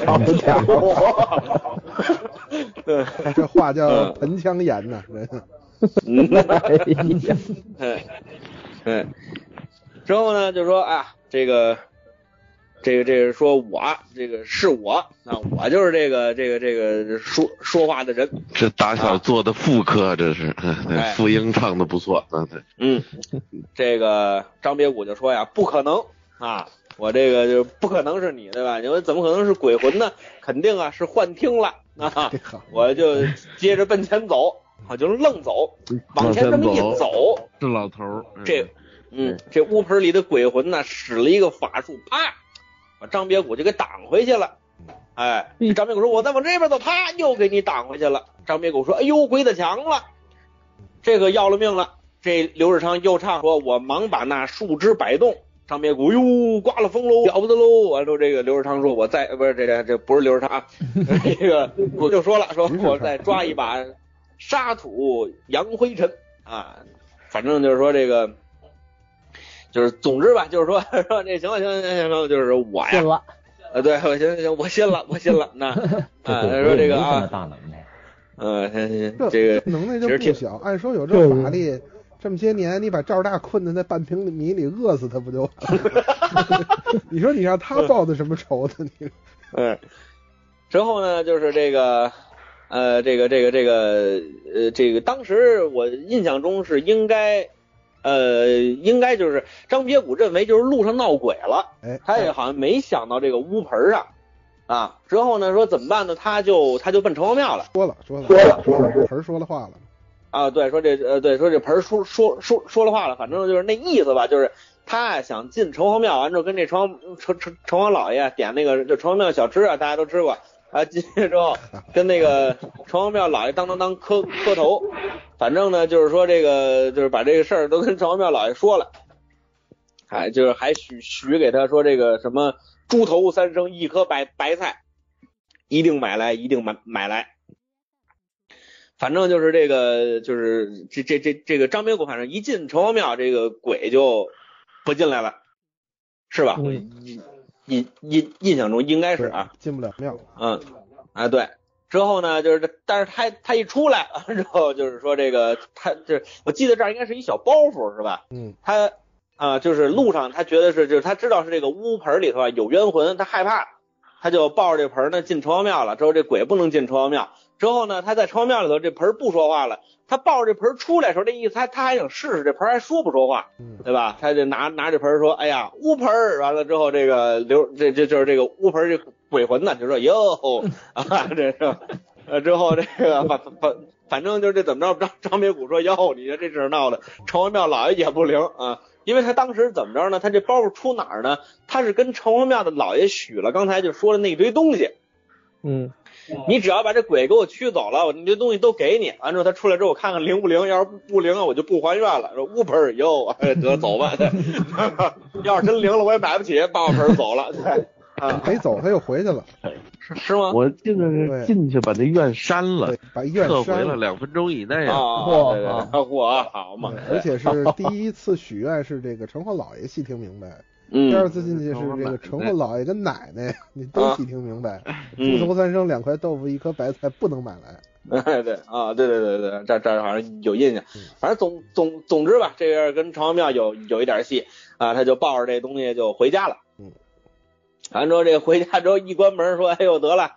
[SPEAKER 2] 好家伙，
[SPEAKER 3] 这话叫
[SPEAKER 1] 嗯
[SPEAKER 3] 盆腔炎呐，这是
[SPEAKER 1] 嗯。
[SPEAKER 2] 哎呀，
[SPEAKER 1] 嗯， 嗯，之后呢，就说啊，这个，这个，这个，说我这个是我啊，我就是这个，这个，这个说说话的人。
[SPEAKER 4] 这打小做的副科，这是
[SPEAKER 1] 啊 哎
[SPEAKER 4] 副英唱的不错，嗯，对
[SPEAKER 1] 嗯，这个张别谷就说呀，不可能啊，我这个就不可能是你，对吧？你说怎么可能是鬼魂呢？肯定啊，是幻听了啊！
[SPEAKER 3] 这好，
[SPEAKER 1] 我就接着奔前走，啊，就愣走，往前这么一
[SPEAKER 4] 往前
[SPEAKER 1] 走，
[SPEAKER 4] 是老头儿。嗯
[SPEAKER 1] 这，嗯，这乌盆里的鬼魂呢，使了一个法术，啪，把张别谷就给挡回去了。哎，张别谷说：“我再往这边走，啪，又给你挡回去了。”张别谷说：“哎呦，鬼打墙了，这个要了命了。”这刘世昌又唱说：“我忙把那树枝摆动。”张别谷哟，刮了风喽，了不得喽！完了之后，这个刘世昌说：“我再不是这这这不是刘世昌啊，这个我就说了，说我再抓一把沙土扬灰尘啊，反正就是说这个，就是总之吧，就是说说这行了行了行了行了，就是我呀
[SPEAKER 5] 信，了，
[SPEAKER 1] 啊，对，我行行行，我信了，我信了。 那啊，他说这个啊，
[SPEAKER 6] 大能耐，
[SPEAKER 1] 嗯，行行行，
[SPEAKER 3] 这
[SPEAKER 1] 这个
[SPEAKER 3] 能耐
[SPEAKER 1] 其实
[SPEAKER 3] 就
[SPEAKER 1] 挺
[SPEAKER 3] 不小。按说有这法力，这么些年你把赵大困在那半平米里饿死他不就完了？你说你让他报的什么仇呢？你
[SPEAKER 1] 嗯，之后呢，就是这个，呃，这个这个这个呃，这个当时我印象中是应该，呃，应该就是张别谷认为就是路上闹鬼了，
[SPEAKER 3] 哎，
[SPEAKER 1] 他也好像没想到这个乌盆上，啊，之后呢说怎么办呢？他就他就奔城隍庙了。
[SPEAKER 3] 说了说了说了说了，盆儿说了话了，
[SPEAKER 1] 啊，对，说这呃，对，说这盆儿说说说说了话了，反正就是那意思吧，就是他想进城隍庙，完之后跟这城隍城城城隍老爷点那个这城隍庙小吃啊，大家都吃过啊，进去之后跟那个城隍庙老爷当当当磕磕头，反正呢就是说这个就是把这个事儿都跟城隍庙老爷说了，哎，就是还许许给他说这个什么猪头三升一颗白白菜，一定买来，一定买买来。反正就是这个，就是这这这这个张别谷，反正一进城隍庙，这个鬼就不进来了，是吧？
[SPEAKER 5] 嗯
[SPEAKER 1] 印印印象中应该是啊，
[SPEAKER 3] 进不了庙，
[SPEAKER 1] 嗯，啊对。之后呢，就是这，但是他他一出来， 之后就是说这个他就是，我记得这儿应该是一小包袱是吧？
[SPEAKER 3] 嗯，
[SPEAKER 1] 他啊、就是路上他觉得是，就是他知道是这个乌盆里头啊有冤魂，他害怕，他就抱着这盆呢进城隍庙了。之后这鬼不能进城隍庙，之后呢他在城隍庙里头这盆不说话了，他抱着这盆出来的时候，这意思他他还想试试这盆还说不说话，
[SPEAKER 3] 嗯
[SPEAKER 1] 对吧？他就拿拿这盆儿说，哎呀，乌盆儿，完了之后，这个刘这这就是这个乌盆儿这鬼魂呢，就说哟啊，这是呃之后这个反反反反正就是这怎么着张张别谷说哟，你这这事儿闹的，城隍庙老爷也不灵啊，因为他当时怎么着呢？他这包袱出哪儿呢？他是跟城隍庙的老爷许了刚才就说的那一堆东西，
[SPEAKER 2] 嗯，
[SPEAKER 1] 你只要把这鬼给我驱走了，我这东西都给你。完之后他出来之后，我看看灵不灵，要是不灵啊，我就不还愿了。说乌盆儿哟，哎得走吧。 要是真灵了，我也买不起，把我盆儿走了。啊，
[SPEAKER 3] 没走他又回去了，
[SPEAKER 1] 是是吗？
[SPEAKER 4] 我进
[SPEAKER 3] 对
[SPEAKER 4] 去进去把那院删了
[SPEAKER 3] 对，，把医院
[SPEAKER 4] 撤回
[SPEAKER 3] 删
[SPEAKER 4] 了，两分钟以内啊。
[SPEAKER 1] 啊，
[SPEAKER 5] 嚯
[SPEAKER 1] 对对 对嚯，好嘛，
[SPEAKER 3] 而且是第一次许愿是这个城隍老爷细听明白，第二
[SPEAKER 1] 嗯
[SPEAKER 3] 次进去是这个城隍老爷跟奶奶，你都细听明白。猪
[SPEAKER 1] 啊嗯，
[SPEAKER 3] 头三生两块豆腐一颗白菜不能买来，
[SPEAKER 1] 哎 对啊，对对对对，这这好像有印象。反正总总总之吧，这个跟城隍庙有有一点戏啊，他就抱着这东西就回家了。
[SPEAKER 3] 嗯，
[SPEAKER 1] 完之后这回家之后一关门说：“哎呦得了，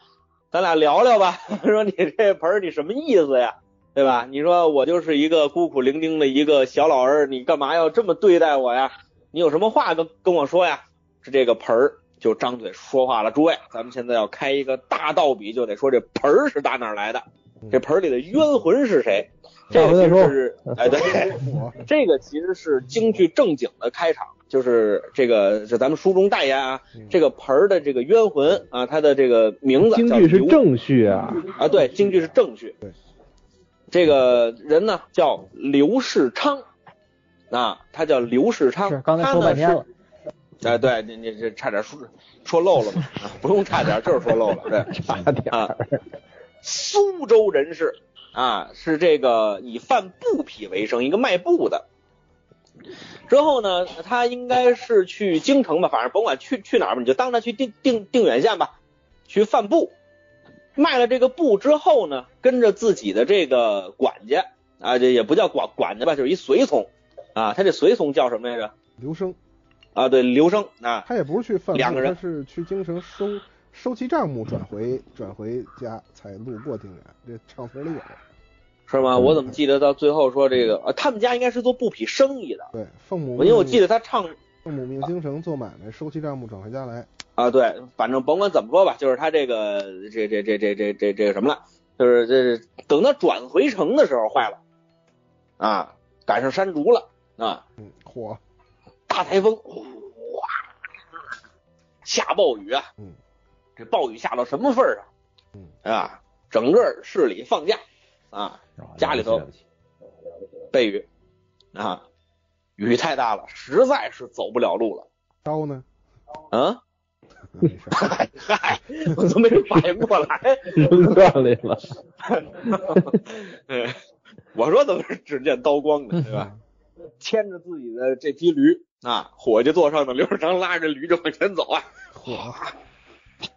[SPEAKER 1] 咱俩聊聊吧。” 说你这盆儿你什么意思呀？对吧？你说我就是一个孤苦伶仃的一个小老儿，你干嘛要这么对待我呀？你有什么话跟跟我说呀？是这个盆儿就张嘴说话了。诸位，咱们现在要开一个大道比，就得说这盆儿是打哪儿来的，这盆儿里的冤魂是谁？这个其实是哎对。
[SPEAKER 3] 我
[SPEAKER 1] 这个其实是京剧正经的开场，就是这个就咱们书中代言啊，这个盆儿的这个冤魂啊，它的这个名字
[SPEAKER 2] 嗯京
[SPEAKER 1] 叫
[SPEAKER 2] 剧是
[SPEAKER 1] 刘
[SPEAKER 2] 正 序啊，
[SPEAKER 1] 啊，对，京剧是正剧。
[SPEAKER 3] 对，
[SPEAKER 1] 这个人呢叫刘世昌，啊，他叫刘世昌，
[SPEAKER 5] 是刚才说半天了，
[SPEAKER 1] 他呢是。哎，对，你你这差点说说漏了嘛，啊不用差点，就是说漏了，对。 啊
[SPEAKER 2] 差点儿。
[SPEAKER 1] 苏州人士啊，是这个以贩布匹为生，一个卖布的。之后呢，他应该是去京城吧，反正甭管去去哪儿吧，你就当他去定定定远县吧，去贩布。卖了这个布之后呢，跟着自己的这个管家啊，这也不叫管管家吧，就是一随从啊。他这随从叫什么来着？
[SPEAKER 3] 刘生
[SPEAKER 1] 啊，对，刘生啊，
[SPEAKER 3] 他也不是去贩
[SPEAKER 1] 两个
[SPEAKER 3] 卖，
[SPEAKER 1] 人
[SPEAKER 3] 他是去京城收收其账目，转回转回家才路过定远，这唱词里有。
[SPEAKER 1] 是
[SPEAKER 3] 嗯
[SPEAKER 1] 吗？我怎么记得到最后说这个啊，他们家应该是做布匹生意的，
[SPEAKER 3] 对，奉母
[SPEAKER 1] 因为我记得他唱
[SPEAKER 3] 父母命京城做买卖，收其账目转回家来。
[SPEAKER 1] 啊，对，反正甭管怎么说吧，就是他这个这这这这这这这个什么了，就是这等他转回城的时候坏了，啊，赶上山竹了啊，
[SPEAKER 3] 嗯，嚯，
[SPEAKER 1] 大台风，哗，下暴雨啊，
[SPEAKER 3] 嗯，
[SPEAKER 1] 这暴雨下到什么份儿上？
[SPEAKER 3] 嗯
[SPEAKER 1] 啊，整个市里放假啊，家里头
[SPEAKER 6] 了不起
[SPEAKER 1] 备雨啊，雨太大了，实在是走不了路了，
[SPEAKER 3] 刀呢？
[SPEAKER 1] 啊。
[SPEAKER 3] 没事儿，
[SPEAKER 1] 嗨，我都没反应过来。
[SPEAKER 2] 扔断里了，
[SPEAKER 1] 对，我说怎么是只见刀光呢，对吧？牵着自己的这匹驴啊，伙计坐上的刘世昌拉着驴就往前走啊，哎
[SPEAKER 3] 嚯，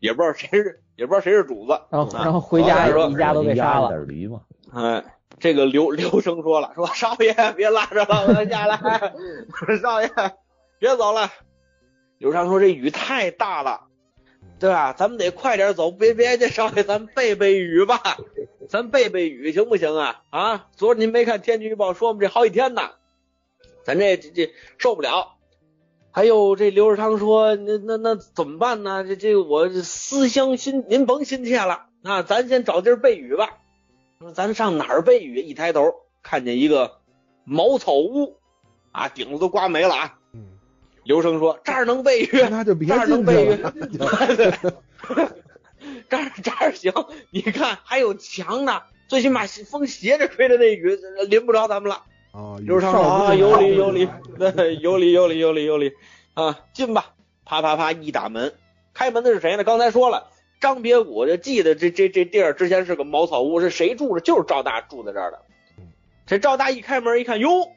[SPEAKER 1] 也不知道谁是也不知道谁是主子。
[SPEAKER 5] 然后然后回
[SPEAKER 1] 老
[SPEAKER 5] 家
[SPEAKER 1] 实说
[SPEAKER 5] 一家都给杀
[SPEAKER 6] 压着
[SPEAKER 5] 了，
[SPEAKER 6] 点驴嘛，
[SPEAKER 1] 哎，这个刘刘生说了，说少爷别拉着了，我下来。 我说少爷别走了。刘昌说这雨太大了，对吧？咱们得快点走，别别这少爷，咱背背雨吧，咱背背雨行不行啊？啊，昨儿您没看天气预报说我们这好几天呢，咱这这这受不了。还有这刘世昌说，那那那怎么办呢？这这我思乡心，您甭心切了，那咱先找地儿背雨吧。说咱上哪儿背雨？一抬头看见一个茅草屋，啊，顶子都刮没了啊。
[SPEAKER 3] 嗯，
[SPEAKER 1] 刘生说：“这儿能备雨，
[SPEAKER 3] 那就别
[SPEAKER 1] 这儿能
[SPEAKER 3] 进
[SPEAKER 1] 备
[SPEAKER 3] 去
[SPEAKER 1] 雨
[SPEAKER 3] 了。，
[SPEAKER 1] 这儿这儿行。你看还有墙呢，最起码风斜着吹的那雨淋不着咱们了。”
[SPEAKER 3] 啊，
[SPEAKER 1] 刘
[SPEAKER 3] 少，
[SPEAKER 1] 畅说：“啊，有理有理，对有理有理有理有理啊，进吧！”啪啪啪一打门，开门的是谁呢？刚才说了，张别谷就记得这这这地儿之前是个茅草屋，是谁住的？就是赵大住在这儿的。
[SPEAKER 3] 嗯
[SPEAKER 1] 这赵大一开门一看，哟，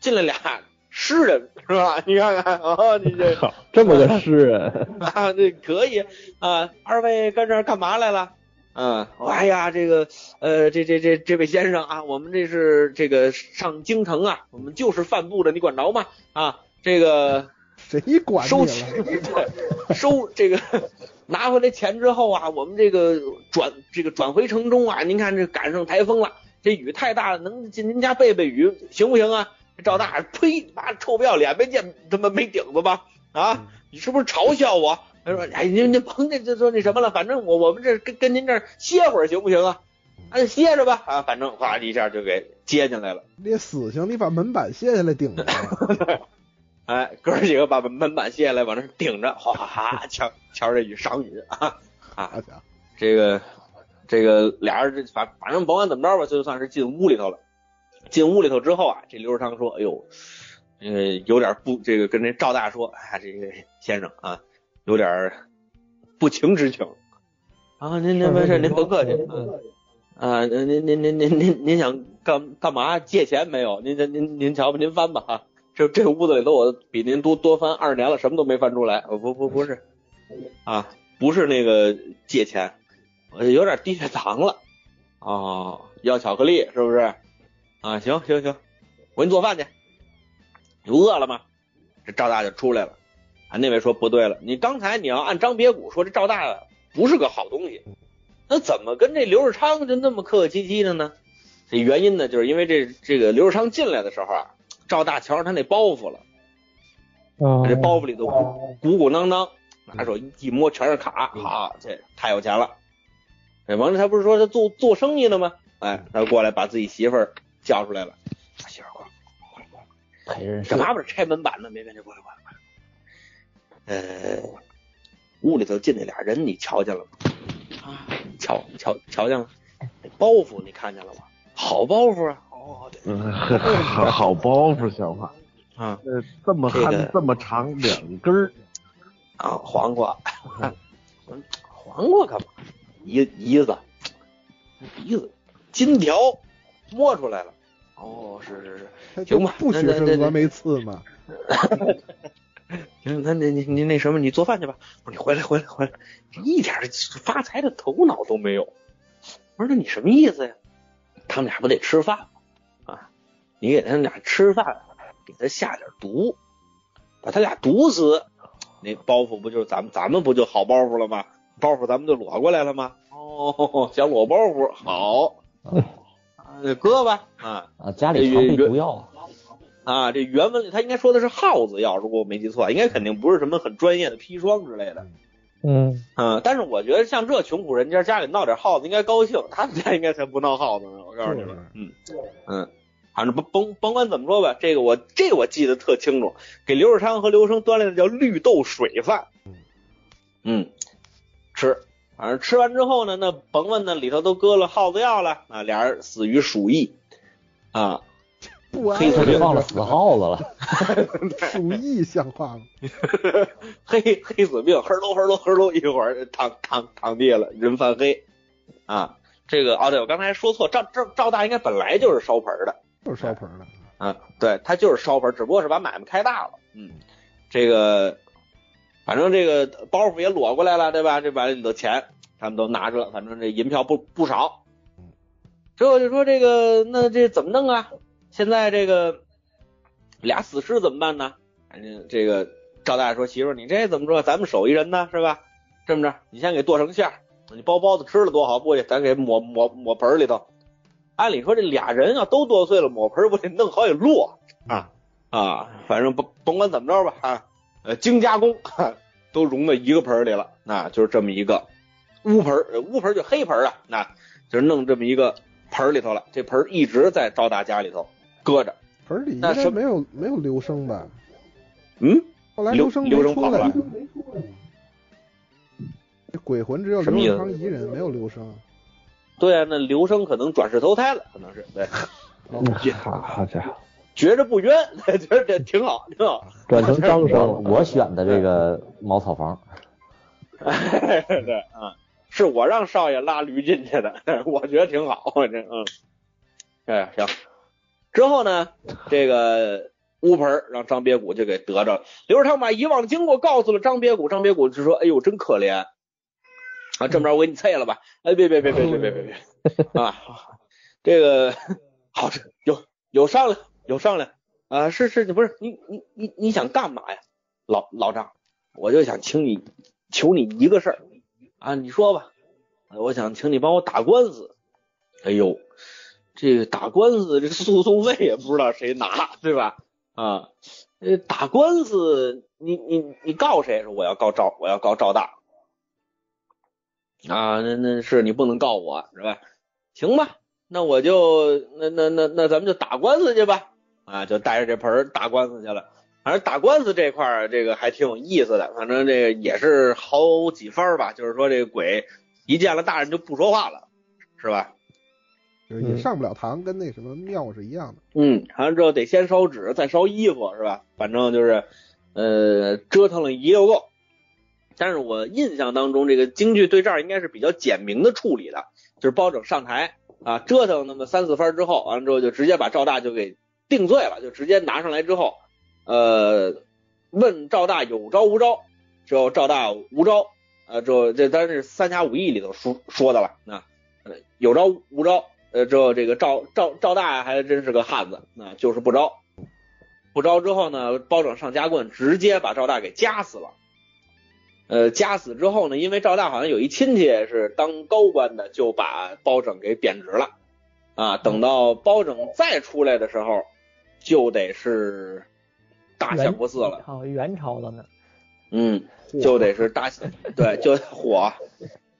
[SPEAKER 1] 进来俩诗人是吧？你看看啊、你这
[SPEAKER 2] 好，这么个诗 人，
[SPEAKER 1] 啊，这可以啊。二位跟这儿干嘛来了？嗯，哎呀，这个呃，这这这这位先生啊，我们这是这个上京城啊，我们就是贩布的，你管着吗？啊，这个
[SPEAKER 3] 谁管你
[SPEAKER 1] 收起
[SPEAKER 3] 了？
[SPEAKER 1] 对，收这个拿回来钱之后啊，我们这个转这个转回城中啊，您看这赶上台风了，这雨太大了，能进您家背背雨行不行啊？这赵大，呸，妈臭不要脸，没见他妈没顶子吧？
[SPEAKER 3] 嗯
[SPEAKER 1] 啊，你是不是嘲笑我？他说，哎，您您甭那就说那什么了，反正我我们这跟跟您这儿歇会儿行不行啊？那、就歇着吧啊，反正哗一下就给接进来了。
[SPEAKER 3] 你死刑，你把门板卸下来顶着吧。
[SPEAKER 1] 哎，哥儿几个把门板卸下来，往那儿顶着，哗哈哈，瞧瞧这雨赏雨啊啊
[SPEAKER 3] 好！家伙，
[SPEAKER 1] 这个这个俩人这反反正甭管怎么着吧，就算是进屋里头了。进屋里头之后啊，这刘世昌说：“哎呦，呃，有点不这个跟这赵大说，哎，这个先生啊，有点不情之请啊，您您没事，您甭客气啊。”啊，您您您您您您您想干干嘛？借钱没有？您您您您瞧吧，您翻吧啊！这这屋子里头，我比您多多翻二十年了，什么都没翻出来。呃不不不是， 啊，不是那个借钱，我有点低血糖了。哦，要巧克力是不是？啊，行行行，我给你做饭去。你不饿了吗？这赵大就出来了。啊，那位说不对了，你刚才你要按张别谷说，这赵大不是个好东西。那怎么跟这刘世昌就那么客客气气的呢？这原因呢，就是因为这这个刘世昌进来的时候啊，赵大瞧上他那包袱了，
[SPEAKER 2] 啊
[SPEAKER 1] 这包袱里头鼓鼓囊囊，拿手一摸全是卡，好，这太有钱了。哎，王志才不是说他做做生意的吗？哎，他过来把自己媳妇儿叫出来了，啊媳妇儿过来过来过来，
[SPEAKER 5] 陪人
[SPEAKER 1] 干嘛不是拆门板呢？没没没，过来过来过来。呃，屋里头进那俩人，你瞧见了吗？啊，瞧瞧瞧见了，那包袱你看见了吗？好包袱啊！哦，对
[SPEAKER 4] 嗯，好好包袱，小马，
[SPEAKER 1] 啊
[SPEAKER 4] 呃，这么
[SPEAKER 1] 这个
[SPEAKER 4] 憨，这么长，两根儿，
[SPEAKER 1] 啊，黄瓜， 嗯黄瓜干嘛？一一子，一子，金条摸出来了。哦，是是是，
[SPEAKER 3] 他
[SPEAKER 1] 行吧
[SPEAKER 3] 不许
[SPEAKER 1] 那那那
[SPEAKER 3] 是峨眉刺嘛。
[SPEAKER 1] 行，那那你你那什么，你做饭去吧。我说你回来回来回来，一点发财的头脑都没有。我说那你什么意思呀？他们俩不得吃饭吗？啊，你给他们俩吃饭，给他下点毒，把他俩毒死，那包袱不就是咱们咱们不就好包袱了吗？包袱咱们就裸过来了吗？哦，想裸包袱好，啊，那割吧啊。
[SPEAKER 5] 啊，家里常备
[SPEAKER 1] 这
[SPEAKER 5] 毒药啊，
[SPEAKER 1] 啊，这原文里他应该说的是耗子药，如果我没记错，应该肯定不是什么很专业的砒霜之类的。
[SPEAKER 2] 嗯，
[SPEAKER 1] 嗯，但是我觉得像这穷苦人家家里闹点耗子应该高兴，他们家应该才不闹耗子呢。我告诉你
[SPEAKER 3] 就
[SPEAKER 1] 们
[SPEAKER 3] 是，
[SPEAKER 1] 嗯嗯，反正甭甭甭管怎么说吧，这个我这我记得特清楚，给刘世昌和刘生端来的叫绿豆水饭。嗯，吃，反正吃完之后呢，那甭问那里头都搁了耗子药了啊，俩人死于鼠疫啊，
[SPEAKER 3] 不安
[SPEAKER 5] 黑子
[SPEAKER 3] 分
[SPEAKER 5] 里放了
[SPEAKER 3] 这
[SPEAKER 5] 死耗子了，
[SPEAKER 3] 鼠疫像话吗？
[SPEAKER 1] 哎黑黑死病，呵喽呵喽呵喽，一会儿躺躺躺地了，人犯黑啊。这个哦，对我刚才说错，赵赵赵大应该本来就是烧盆儿的
[SPEAKER 3] 就是烧盆的。
[SPEAKER 1] 啊，对他就是烧盆儿，只不过是把买卖开大了。嗯，这个反正这个包袱也裸过来了，对吧？这把里头钱他们都拿着了，反正这银票不不少。之后就说这个那这怎么弄啊？现在这个俩死尸怎么办呢？反正这个赵大爷说：“媳妇儿，你这怎么着？咱们手艺人呢，是吧？这么着，你先给剁成馅儿，你包包子吃了多好，不去，咱给抹抹抹盆儿里头。按理说这俩人啊都剁碎了，抹盆儿不得弄好几摞啊啊！反正甭甭管怎么着吧啊，呃，精加工、啊、都融到一个盆儿里了，那、就是这么一个乌盆儿，呃乌盆儿就黑盆儿啊，那、就是弄这么一个盆儿里头了。这盆儿一直在赵大家里头搁着，
[SPEAKER 3] 盆里应
[SPEAKER 1] 那
[SPEAKER 3] 该
[SPEAKER 1] 什
[SPEAKER 3] 没有没有刘生吧？
[SPEAKER 1] 嗯。”
[SPEAKER 3] 后来
[SPEAKER 1] 刘
[SPEAKER 3] 生没
[SPEAKER 1] 刘生
[SPEAKER 3] 出
[SPEAKER 1] 跑
[SPEAKER 3] 来
[SPEAKER 1] 了，
[SPEAKER 3] 这鬼魂只有
[SPEAKER 1] 什么意
[SPEAKER 3] 刘
[SPEAKER 1] 思
[SPEAKER 3] 世昌一人，没有刘生。
[SPEAKER 1] 对啊，那刘生可能转世投胎了，可能是对，
[SPEAKER 2] 嗯好好家伙，
[SPEAKER 1] 觉着不冤， 觉着这挺好，挺好。
[SPEAKER 5] 转成张生
[SPEAKER 1] 我
[SPEAKER 5] 了。我选的这个茅草房，
[SPEAKER 1] 对啊，是我让少爷拉驴进去的， 但是我觉得挺好，反正嗯，哎行。之后呢，这个乌盆儿让张别谷就给得着了。刘氏他把以往的经过告诉了张别谷，张别谷就说：“哎呦，真可怜啊！这么着我给你啐了吧？哎，别别别别别别别别啊！这个好有有商量有商量啊！是是，你不是你你你你想干嘛呀，老老张？我就想请你求你一个事儿啊，你说吧，哎我想请你帮我打官司。哎呦，这个打官司这个诉讼费也不知道谁拿，对吧？啊，呃，打官司你你你告谁？说我要告赵，我要告赵大。啊，那那是你不能告我是吧？行吧，那我就那那那那咱们就打官司去吧。啊，就带着这盆儿打官司去了。反正打官司这块儿，这个还挺有意思的。反正这个也是好几番儿吧，就是说这个鬼一见了大人就不说话了，是吧？
[SPEAKER 3] 就是也上不了堂，跟那什么庙是一样的。
[SPEAKER 1] 嗯，完了之后得先烧纸，再烧衣服，是吧？反正就是，呃，折腾了一溜够。但是我印象当中，这个京剧对这儿应该是比较简明的处理的，就是包拯上台啊，折腾那么三四番之后，完了之后就直接把赵大就给定罪了，就直接拿上来之后，呃，问赵大有招无招，之后赵大无招，呃，之后这当然是三侠五义里头说说的了，啊，呃有招无招，呃，之后这个赵赵赵大还真是个汉子，啊，就是不招，不招之后呢，包拯上夹棍，直接把赵大给夹死了。呃，夹死之后呢，因为赵大好像有一亲戚是当高官的，就把包拯给贬职了。啊，等到包拯再出来的时候，就得是大相国寺了。
[SPEAKER 7] 好，元朝的呢，
[SPEAKER 1] 嗯，就得是大， 对，就火，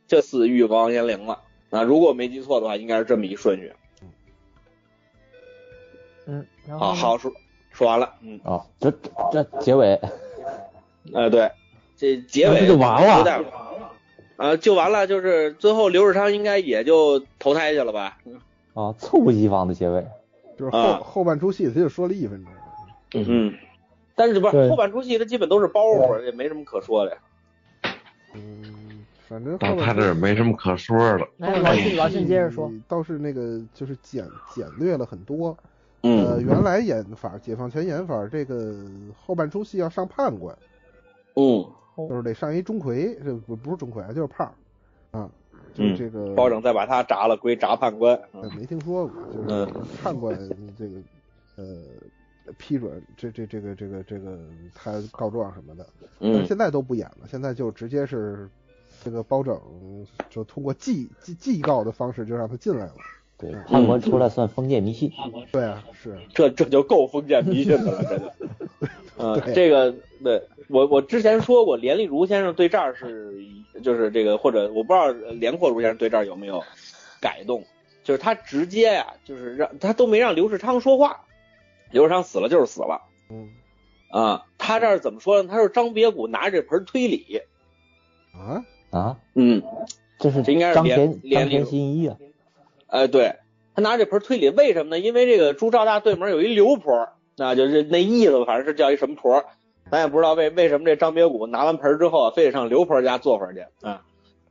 [SPEAKER 1] 就死于王延龄了。啊，如果我没记错的话，应该是这么一顺序。
[SPEAKER 7] 嗯，然后
[SPEAKER 1] 啊，
[SPEAKER 7] 呢
[SPEAKER 1] 好，说说完了，嗯，
[SPEAKER 5] 哦，这这结尾
[SPEAKER 1] 呃，对，这结
[SPEAKER 5] 那
[SPEAKER 1] 尾
[SPEAKER 5] 不就完了
[SPEAKER 1] 有点儿啊，就完了，就是最后刘世昌应该也就投胎去了吧？
[SPEAKER 5] 啊，猝不及防的结尾。
[SPEAKER 3] 就是后、
[SPEAKER 1] 啊
[SPEAKER 3] 后半出戏，他就说了一分钟。
[SPEAKER 1] 嗯，但是不是
[SPEAKER 2] 对
[SPEAKER 1] 后半出戏，它基本都是包袱，也没什么可说的。
[SPEAKER 3] 嗯，反正
[SPEAKER 4] 到
[SPEAKER 3] 后半
[SPEAKER 4] 他这儿没什么可说了。
[SPEAKER 7] 来老信老信接着说，，
[SPEAKER 5] 嗯
[SPEAKER 3] 嗯倒是那个就是简简略了很多。呃，
[SPEAKER 1] 嗯
[SPEAKER 3] 原来演法解放前演法，这个后半出戏要上判官，
[SPEAKER 1] 嗯，
[SPEAKER 7] 哦
[SPEAKER 3] 就是得上一钟馗，这不不是钟馗啊，就是胖儿啊，就是
[SPEAKER 1] 嗯
[SPEAKER 3] 这个
[SPEAKER 1] 包拯再把他铡了，归铡判官。
[SPEAKER 3] 呃
[SPEAKER 1] 嗯
[SPEAKER 3] 没听说过，就是
[SPEAKER 1] 嗯
[SPEAKER 3] 判官这个呃批准这这这个这个这个他告状什么的，但是
[SPEAKER 1] 嗯
[SPEAKER 3] 现在都不演了，现在就直接是这个包拯就通过祭祭祭告的方式就让他进来了，
[SPEAKER 5] 对，判
[SPEAKER 1] 嗯
[SPEAKER 5] 官出来算封建迷信。
[SPEAKER 3] 对啊，是
[SPEAKER 1] 这这就够封建迷信的了， 真的。嗯，
[SPEAKER 3] 对
[SPEAKER 1] 这个对我我之前说过，连丽如先生对这儿是就是这个，或者我不知道连阔如先生对这儿有没有改动，就是他直接呀、就是让他都没让刘世昌说话，刘世昌死了就是死了
[SPEAKER 3] 嗯
[SPEAKER 1] 啊、他这儿怎么说呢？他说张别谷拿着这盆推理，
[SPEAKER 3] 啊，
[SPEAKER 5] 啊，
[SPEAKER 1] 嗯，
[SPEAKER 5] 这是
[SPEAKER 1] 这应该是
[SPEAKER 5] 张
[SPEAKER 1] 连
[SPEAKER 5] 田
[SPEAKER 1] 连理
[SPEAKER 5] 张田
[SPEAKER 1] 由
[SPEAKER 5] 新一啊，
[SPEAKER 1] 哎，对他拿这盆推理，为什么呢？因为这个朱赵大对门有一刘婆，那就是那意思，反正是叫一什么婆，咱也不知道为为什么这张别谷拿完盆之后啊，非得上刘婆家坐会儿去啊。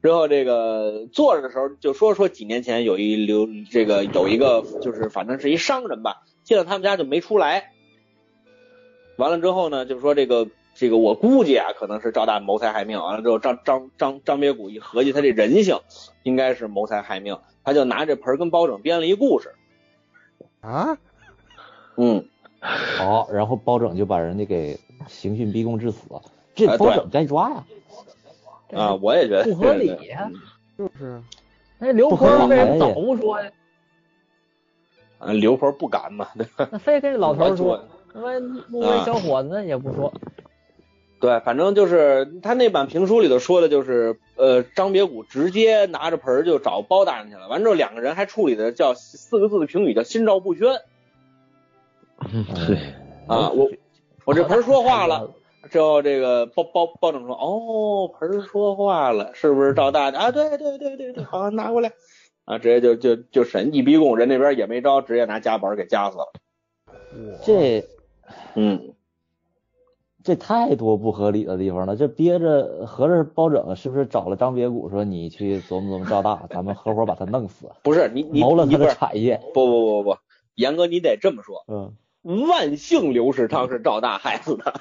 [SPEAKER 1] 之后这个坐着的时候就说说几年前有一刘这个有一个就是反正是一商人吧，进了他们家就没出来。完了之后呢，就说这个这个我估计啊，可能是赵大谋财害命。完了之后张张张张别谷一合计，他这人性应该是谋财害命。他就拿这盆儿跟包拯编了一故事。
[SPEAKER 3] 啊，
[SPEAKER 1] 嗯，
[SPEAKER 5] 好，哦然后包拯就把人家给刑讯逼供致死，这
[SPEAKER 1] 哎对
[SPEAKER 5] 包拯该抓呀，
[SPEAKER 7] 这
[SPEAKER 1] 啊，我也觉得
[SPEAKER 7] 不合理
[SPEAKER 1] 对对对
[SPEAKER 7] 呀
[SPEAKER 3] 就是
[SPEAKER 7] 那哎刘
[SPEAKER 5] 不
[SPEAKER 7] 婆
[SPEAKER 5] 可
[SPEAKER 7] 儿
[SPEAKER 5] 能哎
[SPEAKER 7] 为什么
[SPEAKER 5] 也
[SPEAKER 7] 早不说呀？
[SPEAKER 1] 啊，刘婆不敢嘛，对
[SPEAKER 7] 那非跟这老头儿说 哎
[SPEAKER 1] 我，啊
[SPEAKER 7] 他妈路过一小伙子也不说，
[SPEAKER 1] 对，反正就是他那版评书里头说的，就是呃，张别谷直接拿着盆儿就找包大人去了。完之后，两个人还处理的叫四个字的评语叫心照不宣
[SPEAKER 4] 对，
[SPEAKER 1] 啊。 我我这盆儿说话了，之后这个包包包拯说，哦，盆儿说话了，是不是赵大啊？对对对对对，好，拿过来啊，直接就就就审一逼供，人那边也没招，直
[SPEAKER 3] 哦
[SPEAKER 1] 接拿夹板儿给夹死了。
[SPEAKER 3] 我
[SPEAKER 5] 这
[SPEAKER 1] 嗯，
[SPEAKER 5] 这太多不合理的地方了。这憋着，合着包拯是不是找了张别谷说你去琢磨琢磨赵大，咱们合伙把他 弄死，
[SPEAKER 1] 不是你你
[SPEAKER 5] 谋了
[SPEAKER 1] 你
[SPEAKER 5] 他
[SPEAKER 1] 不
[SPEAKER 5] 的
[SPEAKER 1] 是
[SPEAKER 5] 产业？
[SPEAKER 1] 不不不不不，严哥你得这么说，
[SPEAKER 5] 嗯，
[SPEAKER 1] 万幸刘世昌是赵大害死 的，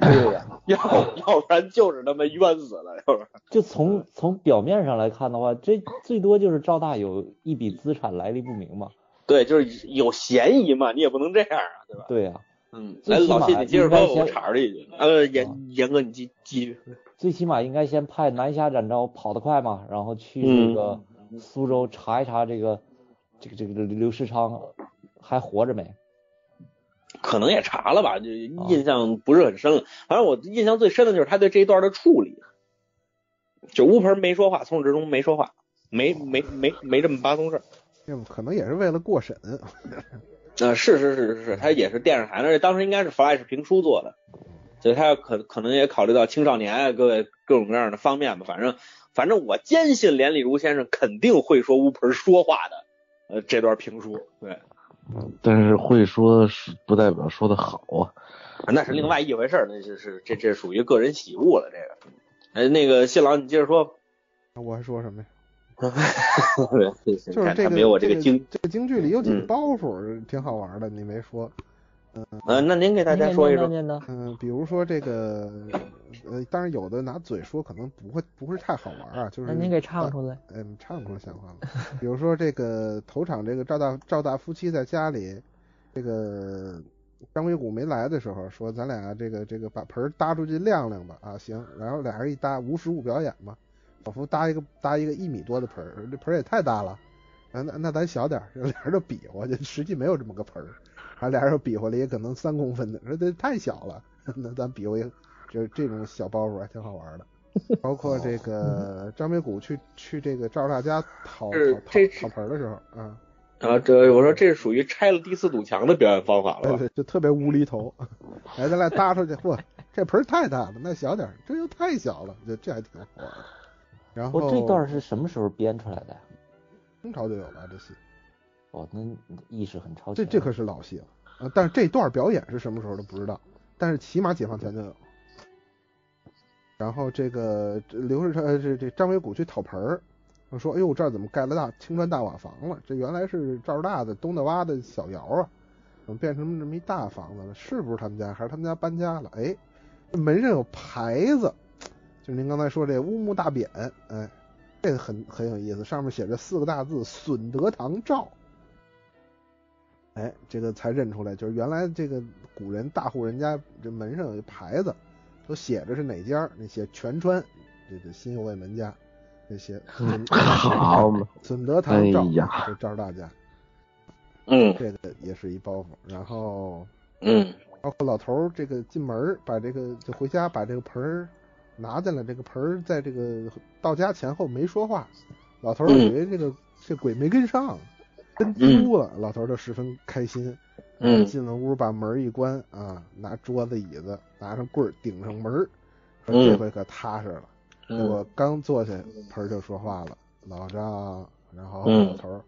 [SPEAKER 5] 对呀。
[SPEAKER 1] 要要不然就是他妈冤死了，要不然
[SPEAKER 5] 就
[SPEAKER 3] 嗯
[SPEAKER 5] 从从表面上来看的话，这最多就是赵大有一笔资产来历不明嘛。
[SPEAKER 1] 对，就是有嫌疑嘛，你也不能这样啊，对吧？
[SPEAKER 5] 对呀、
[SPEAKER 1] 嗯，
[SPEAKER 5] 最
[SPEAKER 1] 来
[SPEAKER 5] 起码
[SPEAKER 1] 老谢你接着
[SPEAKER 5] 应该
[SPEAKER 1] 说，
[SPEAKER 5] 先嗯
[SPEAKER 1] 我插了一句，呃，严严哥你继继续，
[SPEAKER 5] 最起码应该先派南侠展昭跑得快嘛，然后去
[SPEAKER 3] 嗯
[SPEAKER 5] 这个苏州查一查这个、这个这个刘世昌还活着没？
[SPEAKER 1] 可能也查了吧，就
[SPEAKER 5] 嗯
[SPEAKER 1] 印象不是很深了。反正我印象最深的就是他对这一段的处理，啊就乌盆没说话，从始至终没说话，没没没没这么八宗事儿。
[SPEAKER 3] 要不可能也是为了过审，
[SPEAKER 1] 呃，是是是是是，他也是电视台的，而且当时应该是 Flash 评书做的，所以他可可能也考虑到青少年啊，各位各种各样的方面吧。反正反正我坚信连丽如先生肯定会说乌盆说话的，呃，这段评书，对，
[SPEAKER 4] 但是会说是不代表说的好啊。
[SPEAKER 1] 那是另外一回事儿，那是是这这属于个人喜恶了，这个。哎，那个谢老，你接着说吧。
[SPEAKER 3] 我还说什么呀？
[SPEAKER 1] 对，
[SPEAKER 3] 就
[SPEAKER 1] 你
[SPEAKER 3] 是
[SPEAKER 1] 看
[SPEAKER 3] 这
[SPEAKER 1] 他
[SPEAKER 3] 个
[SPEAKER 1] 没有我这
[SPEAKER 3] 这
[SPEAKER 1] 个精。
[SPEAKER 3] 这个京剧里有几个
[SPEAKER 1] 嗯
[SPEAKER 3] 包袱，挺好玩的，你没说。
[SPEAKER 1] 呃，那您给大家说一说，
[SPEAKER 7] 念呢？
[SPEAKER 3] 嗯，比如说这个，呃，当然有的拿嘴说可能不会不是太好玩啊，就是
[SPEAKER 7] 那您给唱出来。
[SPEAKER 3] 嗯，唱出来像话吗？比如说这个头场这个赵大赵大夫妻在家里，这个张鬼谷没来的时候说咱俩这个这个把盆儿搭出去晾晾吧啊行，然后俩人一搭无实物表演嘛，仿佛搭一个搭一个一米多的盆儿，这盆儿也太大了，啊那那咱小点儿， 俩人就比划，就实际没有这么个盆儿，啊俩人又比划了也可能三公分的，说这太小了， 那咱比划一个，就是这种小包袱还挺好玩 的。包括这个
[SPEAKER 5] 哦
[SPEAKER 3] 张美谷去去这个赵大家讨
[SPEAKER 1] 是
[SPEAKER 3] 讨
[SPEAKER 1] 这
[SPEAKER 3] 讨讨盆儿的时候， 啊，
[SPEAKER 1] 啊，这我说这是属于拆了第四堵墙的表演方法
[SPEAKER 3] 对
[SPEAKER 1] 了吧？
[SPEAKER 3] 对，就特别无厘头。来，咱俩搭出去，嚯，这盆儿太大了，那小点儿，这又太小了，就这还挺好玩的。然后
[SPEAKER 5] 我这段是什么时候编出来的呀？
[SPEAKER 3] 清朝就有了这戏，
[SPEAKER 5] 哦，那你的意识很超
[SPEAKER 3] 这
[SPEAKER 5] 前。
[SPEAKER 3] 这可是老戏了啊！但是这段表演是什么时候都不知道，但是起码解放前就有。然后这个这刘世昌呃这这张伟谷去讨盆儿，我说哎呦这儿怎么盖了大青砖大瓦房了？这原来是赵大的东大洼的小窑啊，怎么变成这么一大房子了？是不是他们家？还是他们家搬家了？哎，这门上有牌子，就是您刚才说这乌木大匾，哎，这个很很有意思，上面写着四个大字“损德堂赵”。哎，这个才认出来，就是原来这个古人大户人家这门上有一牌子，都写着是哪家儿，那写全川，这这新右卫门家，那些损
[SPEAKER 4] 好嘛，
[SPEAKER 3] 损德堂赵，
[SPEAKER 4] 哎呀
[SPEAKER 3] 就赵大家，
[SPEAKER 1] 嗯
[SPEAKER 3] 这个也是一包袱。然后
[SPEAKER 1] 嗯
[SPEAKER 3] 包括哦老头儿这个进门儿把这个就回家把这个盆儿拿进来，这个盆儿在这个到家前后没说话，老头儿
[SPEAKER 1] 嗯
[SPEAKER 3] 以为这个、这鬼没跟上，跟丢了，老头儿就十分开心。
[SPEAKER 1] 嗯
[SPEAKER 3] 进了屋把门儿一关啊，拿桌子椅子拿上棍儿顶上门儿，说
[SPEAKER 1] 嗯
[SPEAKER 3] 这回可踏实了。
[SPEAKER 1] 嗯
[SPEAKER 3] 我刚坐下，盆儿就说话了，老张，然后
[SPEAKER 1] 嗯
[SPEAKER 3] 老头儿，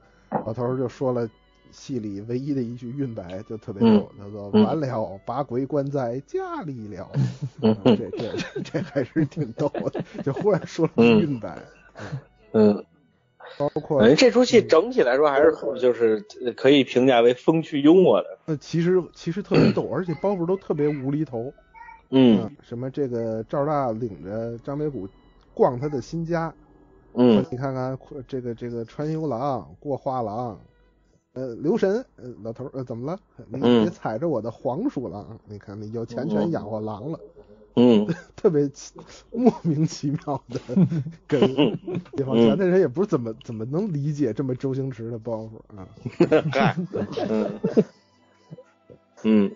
[SPEAKER 3] 老头儿就说了戏里唯一的一句韵白，就特别
[SPEAKER 1] 嗯
[SPEAKER 3] 逗，叫做“
[SPEAKER 1] 嗯
[SPEAKER 3] 完了，把鬼关在家 里了”，啊
[SPEAKER 1] 嗯
[SPEAKER 3] 这这这这还是挺逗的，就忽然说了句
[SPEAKER 1] 嗯
[SPEAKER 3] 韵白，
[SPEAKER 1] 嗯。
[SPEAKER 3] 包括
[SPEAKER 1] 反正哎这出戏整体来说还是就是呃可以评价为风趣幽默的。
[SPEAKER 3] 那其实其实特别逗，而且包袱都特别无厘头，
[SPEAKER 1] 嗯
[SPEAKER 3] 啊什么这个赵大领着张北谷逛他的新家，说
[SPEAKER 1] 嗯
[SPEAKER 3] 你看看这个这个穿牛郎过画廊，呃，留神，呃，老头儿，呃，怎么了？你
[SPEAKER 1] 嗯哦
[SPEAKER 3] 别踩着我的黄鼠狼，你看你有钱全养活狼了，
[SPEAKER 1] 嗯
[SPEAKER 3] 特别奇莫名其妙 的跟解放
[SPEAKER 1] 嗯
[SPEAKER 3] 前的人也不是怎么怎么能理解这么周星驰的包袱啊，
[SPEAKER 1] 嗯嗯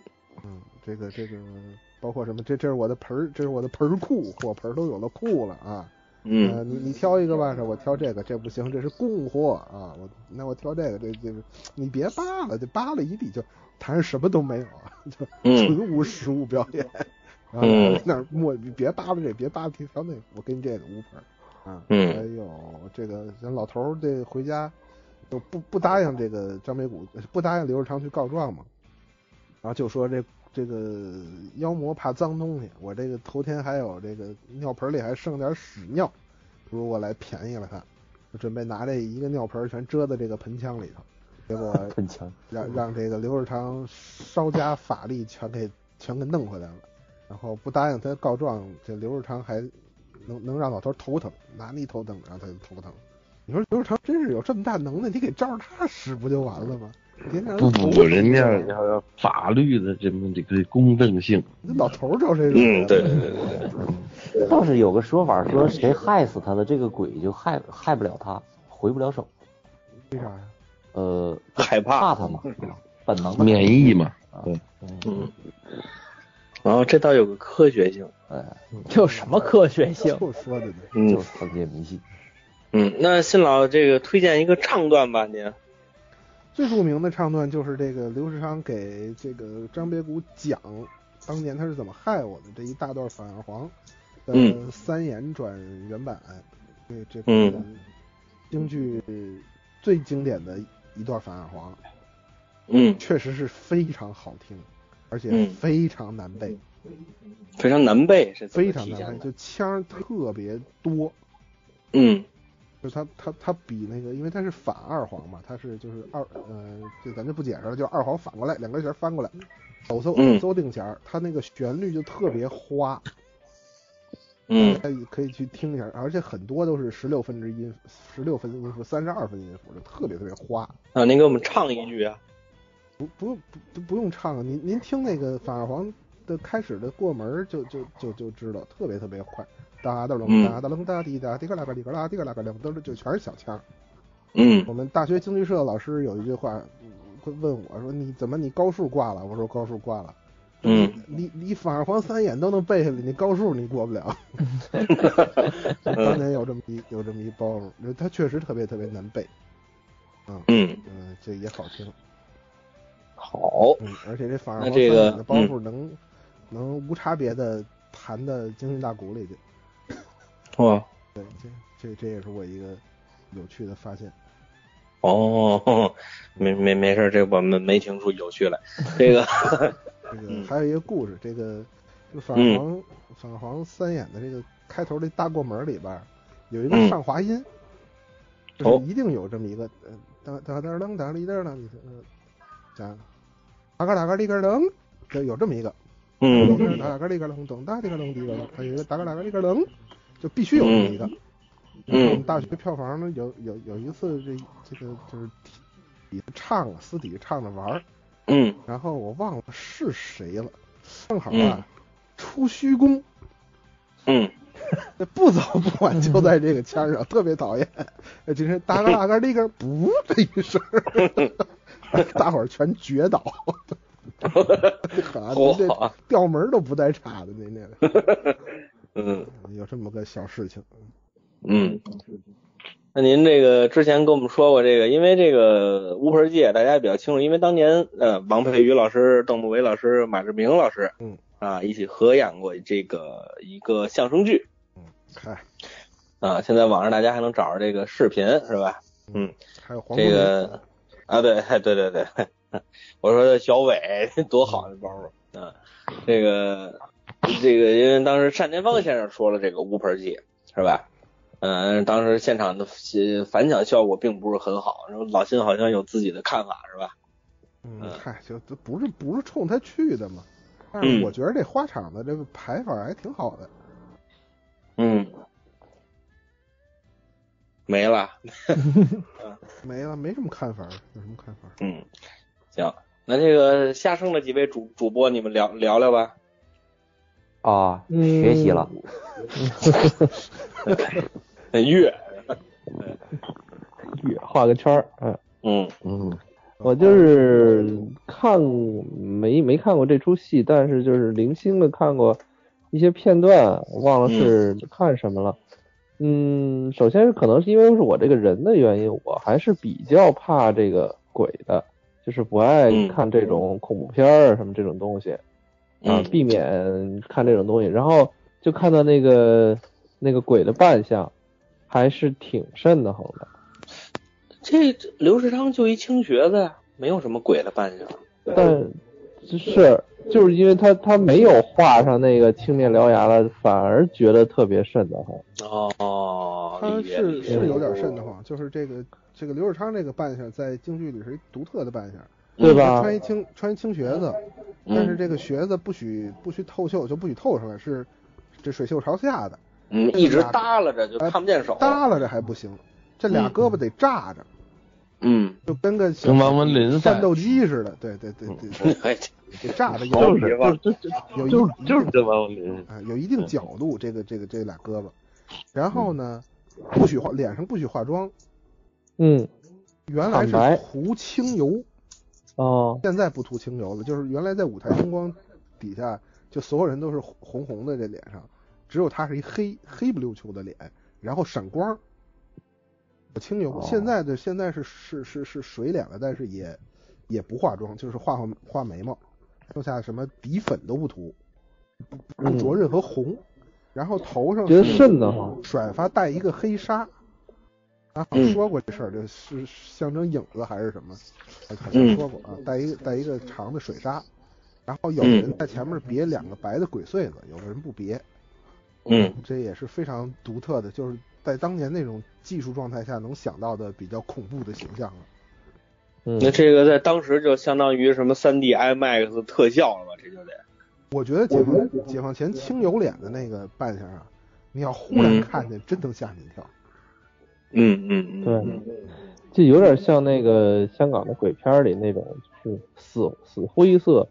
[SPEAKER 3] 嗯，这个这个包括什么？这这是我的盆儿，这是我的盆儿库，火盆儿都有了库了啊。呃，
[SPEAKER 1] 嗯
[SPEAKER 3] 你你挑一个吧，说我挑这个，这不行，这是供货啊，我那我挑这个，这这你别扒了，这扒了一地就台上什么都没有啊，就
[SPEAKER 1] 嗯
[SPEAKER 3] 纯无实物表 演，然后
[SPEAKER 1] 嗯
[SPEAKER 3] 在那儿摸，你别扒拉这，别扒拉这，挑那个，我给你这个无盆儿啊，
[SPEAKER 1] 嗯
[SPEAKER 3] 还有这个人老头儿这回家就不不答应这个张美谷，不答应刘世昌去告状嘛，然后就说这这个妖魔怕脏东西，我这个头天还有这个尿盆里还剩点屎尿，不如我来便宜了他，我准备拿这一个尿盆全遮在这个盆腔里头，结果
[SPEAKER 5] 很强，
[SPEAKER 3] 让让这个刘世昌稍加法力全给全给弄回来了，然后不答应他告状，这刘世昌还能能让老头头疼，拿你头疼，然后他就头疼。你说刘世昌真是有这么大能耐，你给照着他使不就完了吗？别让人
[SPEAKER 4] 不
[SPEAKER 3] 头
[SPEAKER 4] 不不，
[SPEAKER 3] 疼
[SPEAKER 4] 人家要要法律的这么这个公正性，
[SPEAKER 3] 那老头儿招谁惹
[SPEAKER 1] 嗯，
[SPEAKER 3] 了？
[SPEAKER 1] 对对对对对，
[SPEAKER 5] 倒是有个说法说谁害死他的这个鬼就害害不了他，回不了手。
[SPEAKER 3] 为啥呀？
[SPEAKER 5] 呃，
[SPEAKER 1] 害
[SPEAKER 5] 怕
[SPEAKER 1] 怕，
[SPEAKER 5] 他嘛，本能嘛
[SPEAKER 4] 免疫嘛，
[SPEAKER 1] 嗯，然后这倒有个科学性，
[SPEAKER 7] 这有什么科学 性？
[SPEAKER 3] 就说的呢。
[SPEAKER 1] 嗯
[SPEAKER 5] 就是封建迷信。
[SPEAKER 1] 嗯，那信老这个推荐一个唱段吧，您，
[SPEAKER 3] 最著名的唱段就是这个刘世昌给这个张别谷讲当年他是怎么害我的这一大段反二黄的
[SPEAKER 1] 嗯
[SPEAKER 3] 三言转原版，对这
[SPEAKER 1] 嗯
[SPEAKER 3] 个京剧最经典的一段反二黄，
[SPEAKER 1] 嗯，
[SPEAKER 3] 确实是非常好听，而且
[SPEAKER 1] 嗯
[SPEAKER 3] 非常难背，
[SPEAKER 1] 非常难背是嗯怎么
[SPEAKER 3] 非常
[SPEAKER 1] 体
[SPEAKER 3] 难
[SPEAKER 1] 现
[SPEAKER 3] 背，
[SPEAKER 1] 的？
[SPEAKER 3] 就腔儿特别多。
[SPEAKER 1] 嗯
[SPEAKER 3] 就是他他他比那个，因为他是反二黄嘛，他是就是二呃，就咱就不解释了，就二黄反过来，两根弦翻过来，抖擞
[SPEAKER 1] 嗯
[SPEAKER 3] 抖定弦儿，他那个旋律就特别花，
[SPEAKER 1] 嗯
[SPEAKER 3] 大家也可以去听一下，而且很多都是十六分之音，十六分音符，三十二分音符，就特别特别花。
[SPEAKER 1] 啊，您给我们唱一句啊，
[SPEAKER 3] 不不用不不不用唱了，啊您您听那个反二黄的开始的过门儿就就就就知道，特别特别快，哒哒隆
[SPEAKER 1] 嗯
[SPEAKER 3] 哒哒隆哒滴哒滴个啦个滴个啦滴个啦个啦，都是就全是小腔儿。
[SPEAKER 1] 嗯
[SPEAKER 3] 我们大学京剧社老师有一句话，嗯会问我说：“你怎么你高数挂了？”我说：“高数挂了。
[SPEAKER 1] 嗯
[SPEAKER 3] 你你反而黄三眼都能背下来，你高数你过不了。 当
[SPEAKER 1] 嗯
[SPEAKER 3] 年有这么一有这么一包袱，他确实特别特别难背。
[SPEAKER 1] 嗯，
[SPEAKER 3] 嗯，这也好听。
[SPEAKER 1] 好，
[SPEAKER 3] 嗯，而且这反而
[SPEAKER 1] 那
[SPEAKER 3] 黄三
[SPEAKER 1] 这个嗯
[SPEAKER 3] 眼的包袱能、能无差别的弹到京剧大鼓里去。
[SPEAKER 1] 哇，
[SPEAKER 3] 对，这这这也是我一个有趣的发现。
[SPEAKER 1] 哦，没没没事儿，这我们没听出有趣来，这个，
[SPEAKER 3] 这个
[SPEAKER 1] 嗯
[SPEAKER 3] 还有一个故事，这个这个反
[SPEAKER 1] 嗯
[SPEAKER 3] 黄反黄三眼的这个开头这大过门里边儿有一个
[SPEAKER 1] 嗯
[SPEAKER 3] 上滑音，就
[SPEAKER 1] 哦
[SPEAKER 3] 是一定有这么一个呃哒哒哒噔哒哩噔噔，你说呃讲哒嘎哒嘎哩嘎噔，就有这么一个
[SPEAKER 1] 嗯
[SPEAKER 3] 咚哒嘎哩嘎噔咚哒哩嘎噔滴嘎噔，还有一个哒嘎哒嘎哩嘎噔，就必须有这么一个。然后我们
[SPEAKER 1] 嗯
[SPEAKER 3] 大学票房呢，有有有一次这这个就是底底唱了，私底下唱着玩儿。
[SPEAKER 1] 嗯
[SPEAKER 3] 然后我忘了是谁了，正好啊，出虚宫，
[SPEAKER 1] 嗯，
[SPEAKER 3] 那不早不晚就在这个腔上，特别讨厌，呃就是哒嘎啦嘎哩个不这一 声儿，大伙儿全绝倒，啊，您
[SPEAKER 1] 好
[SPEAKER 3] 这
[SPEAKER 1] 啊
[SPEAKER 3] 调门儿都不带差的，您这个
[SPEAKER 1] 嗯
[SPEAKER 3] 有这么个小事情，
[SPEAKER 1] 嗯。那您这个之前跟我们说过这个，因为这个乌盆界大家也比较清楚，因为当年呃王佩瑜老师、邓步维老师、马志明老师，
[SPEAKER 3] 嗯
[SPEAKER 1] 啊一起合演过这个一个相声剧，
[SPEAKER 3] 嗨，
[SPEAKER 1] 啊，现在网上大家还能找着这个视频是吧？
[SPEAKER 3] 还有黄
[SPEAKER 1] 这
[SPEAKER 3] 国
[SPEAKER 1] 个啊，对 对对对，我说小伟多好那包袱啊，这个这个因为当时单田芳先生说了这个乌盆记是吧？嗯，当时现场的呃反响效果并不是很好，然后老辛好像有自己的看法是吧？
[SPEAKER 3] 嗯
[SPEAKER 1] 嗯，
[SPEAKER 3] 嗨，就这不是不是冲他去的嘛，但是
[SPEAKER 1] 嗯
[SPEAKER 3] 我觉得这花场的这个排法还挺好的。
[SPEAKER 1] 嗯，没了。
[SPEAKER 3] 没了，没什么看法儿，有什么看法儿？
[SPEAKER 1] 嗯，行，那这个下剩的几位主主播，你们聊聊聊吧。
[SPEAKER 5] 啊，学习了，
[SPEAKER 1] 嗯月，
[SPEAKER 2] 画个圈儿，嗯，
[SPEAKER 1] 嗯
[SPEAKER 4] 嗯，
[SPEAKER 2] 我就是看过没没看过这出戏，但是就是零星的看过一些片段，忘了是看什么了。嗯，首先是可能是因为是我这个人的原因，我还是比较怕这个鬼的，就是不爱
[SPEAKER 1] 嗯
[SPEAKER 2] 看这种恐怖片儿什么这种东西。啊
[SPEAKER 1] 嗯，
[SPEAKER 2] 避免看这种东西。然后就看到那个那个鬼的扮相，还是挺瘆得慌的。
[SPEAKER 1] 这刘世昌就一清学子呀，没有什么鬼的扮相。
[SPEAKER 2] 但是就是因为他他没有画上那个青面獠牙了，反而觉得特别瘆得慌。
[SPEAKER 1] 哦，
[SPEAKER 3] 他
[SPEAKER 1] 理解
[SPEAKER 3] 是
[SPEAKER 1] 理解
[SPEAKER 3] 是有点瘆得慌，就是这个这个刘世昌这个扮相在京剧里是一独特的扮相，
[SPEAKER 2] 对吧
[SPEAKER 3] 他穿一青穿一青靴子，
[SPEAKER 4] 嗯
[SPEAKER 3] 但是这个靴子不许不许透袖，就不许透上来，是这水袖朝下的，
[SPEAKER 1] 嗯，一直耷拉着就
[SPEAKER 3] 哎
[SPEAKER 1] 看不见手，
[SPEAKER 3] 耷拉着还不行，这俩胳膊得炸着，
[SPEAKER 1] 嗯，
[SPEAKER 3] 就跟个小
[SPEAKER 4] 嗯跟王文林似的嗯
[SPEAKER 3] 战斗机似的，对对对 对，
[SPEAKER 1] 哎，
[SPEAKER 3] 得炸着
[SPEAKER 1] 好
[SPEAKER 3] 有
[SPEAKER 1] 比方，
[SPEAKER 3] 有一
[SPEAKER 4] 就是就是跟王文林，
[SPEAKER 3] 啊，有一定角度，这个这个这俩胳膊，然
[SPEAKER 4] 嗯
[SPEAKER 3] 后呢，不许化脸上不许化妆，
[SPEAKER 2] 嗯，
[SPEAKER 3] 原来
[SPEAKER 2] 坦白
[SPEAKER 3] 是涂清油，
[SPEAKER 2] 哦，
[SPEAKER 3] 现在不涂清油了，就是原来在舞台灯光底下，就所有人都是红红红的这脸上，只有他是一黑黑不溜秋的脸，然后闪光，有清
[SPEAKER 2] 哦
[SPEAKER 3] 油。现在的现在是是是是水脸了，但是也也不化妆，就是画画画眉毛，剩下什么底粉都不涂，不不着任何红，然后头上
[SPEAKER 2] 嗯觉得
[SPEAKER 3] 是
[SPEAKER 2] 瘆得慌。
[SPEAKER 3] 甩发带一个黑纱。啊，好像说过这事儿，这是象征影子还是什么？好像说过啊，带一个带一个长的水纱，然后有的人在前面别两个白的鬼穗子，有的人不别，
[SPEAKER 1] 嗯
[SPEAKER 3] 这也是非常独特的，就是在当年那种技术状态下能想到的比较恐怖的形象了。
[SPEAKER 2] 嗯，
[SPEAKER 1] 那这个在当时就相当于什么 3D IMAX 特效了吧？这就得，
[SPEAKER 3] 我觉得解放解放前青油脸的那个扮相啊，你要忽然
[SPEAKER 1] 嗯
[SPEAKER 3] 看见，真能吓你一跳。
[SPEAKER 1] 嗯嗯嗯，
[SPEAKER 2] 对
[SPEAKER 1] 嗯，
[SPEAKER 2] 就有点像那个香港的鬼片儿里那种，就是死死灰色，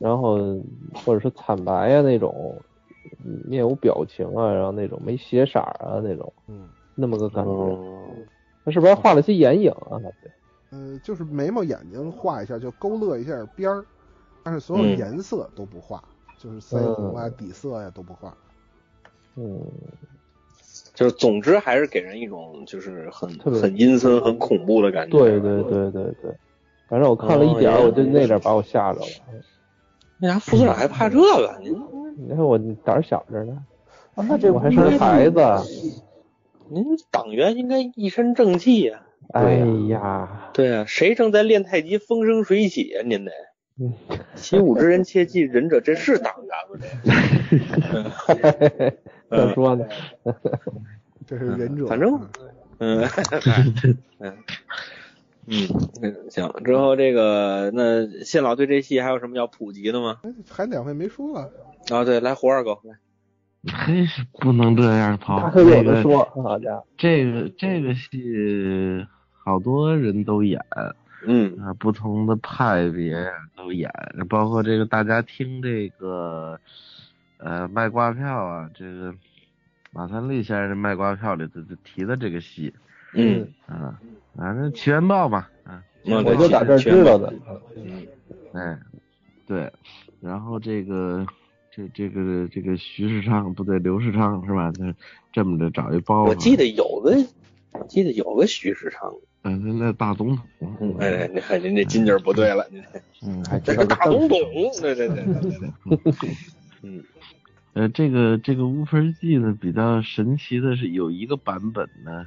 [SPEAKER 2] 然后或者说惨白呀、那种，嗯面无表情啊，然后那种没血色儿啊那种，
[SPEAKER 3] 嗯，
[SPEAKER 2] 那么个感觉。
[SPEAKER 1] 哦
[SPEAKER 2] 他是不是还画了些眼影啊？感觉
[SPEAKER 3] 呃，就是眉毛、眼睛画一下，就勾勒一下边儿，但是所有
[SPEAKER 1] 嗯
[SPEAKER 3] 颜色都不画，就是腮红啊、底色呀、都不画。
[SPEAKER 2] 嗯，
[SPEAKER 1] 就是总之还是给人一种就是很
[SPEAKER 2] 特别
[SPEAKER 1] 很阴森、很恐怖的感觉。
[SPEAKER 2] 对对对对对，反正我看了一点儿，
[SPEAKER 1] 哦
[SPEAKER 2] 我就那点儿把我吓着了。
[SPEAKER 1] 为啥副组长还怕这个？您
[SPEAKER 2] 你看哎我胆儿小着呢，
[SPEAKER 5] 啊那这
[SPEAKER 2] 哎我还是个孩子。
[SPEAKER 1] 您党员应该一身正气呀、
[SPEAKER 2] 哎 呀，
[SPEAKER 1] 对呀、谁正在练太极，风生水起呀、您得。
[SPEAKER 2] 嗯
[SPEAKER 1] 习武之人切记，仁者这是党员吗？
[SPEAKER 2] 咋说呢？
[SPEAKER 3] 这是忍者，
[SPEAKER 1] 反正
[SPEAKER 3] 嗯
[SPEAKER 1] 嗯，嗯，嗯，行。之后这个，那谢老对这戏还有什么要普及的吗？
[SPEAKER 3] 哎还两位没说啊，
[SPEAKER 1] 啊，对，来活二狗，来，
[SPEAKER 4] 真是不能这样跑。
[SPEAKER 2] 大哥有
[SPEAKER 4] 这个
[SPEAKER 2] 的说，啊好家伙，
[SPEAKER 4] 这个这个戏好多人都演
[SPEAKER 1] 嗯
[SPEAKER 4] 啊，不同的派别啊都演，包括这个大家听这个呃卖挂票啊，这个马三立先生卖挂票里头就提的这个戏
[SPEAKER 1] 嗯，
[SPEAKER 4] 啊，反正奇缘报嘛啊，
[SPEAKER 1] 嗯
[SPEAKER 2] 我就打这儿知道的。
[SPEAKER 4] 哎，对，然后这个这这个这个徐世昌不对，刘世昌是吧？那这么着找一包，
[SPEAKER 1] 我记得有个，我记得有个徐世昌，
[SPEAKER 4] 嗯、那那大总统，
[SPEAKER 1] 嗯，哎，您看您这筋劲儿不对了，您
[SPEAKER 4] 嗯，
[SPEAKER 1] 这个大总统，对对对，嗯
[SPEAKER 4] 呃，这个这个乌盆记呢，比较神奇的是有一个版本呢，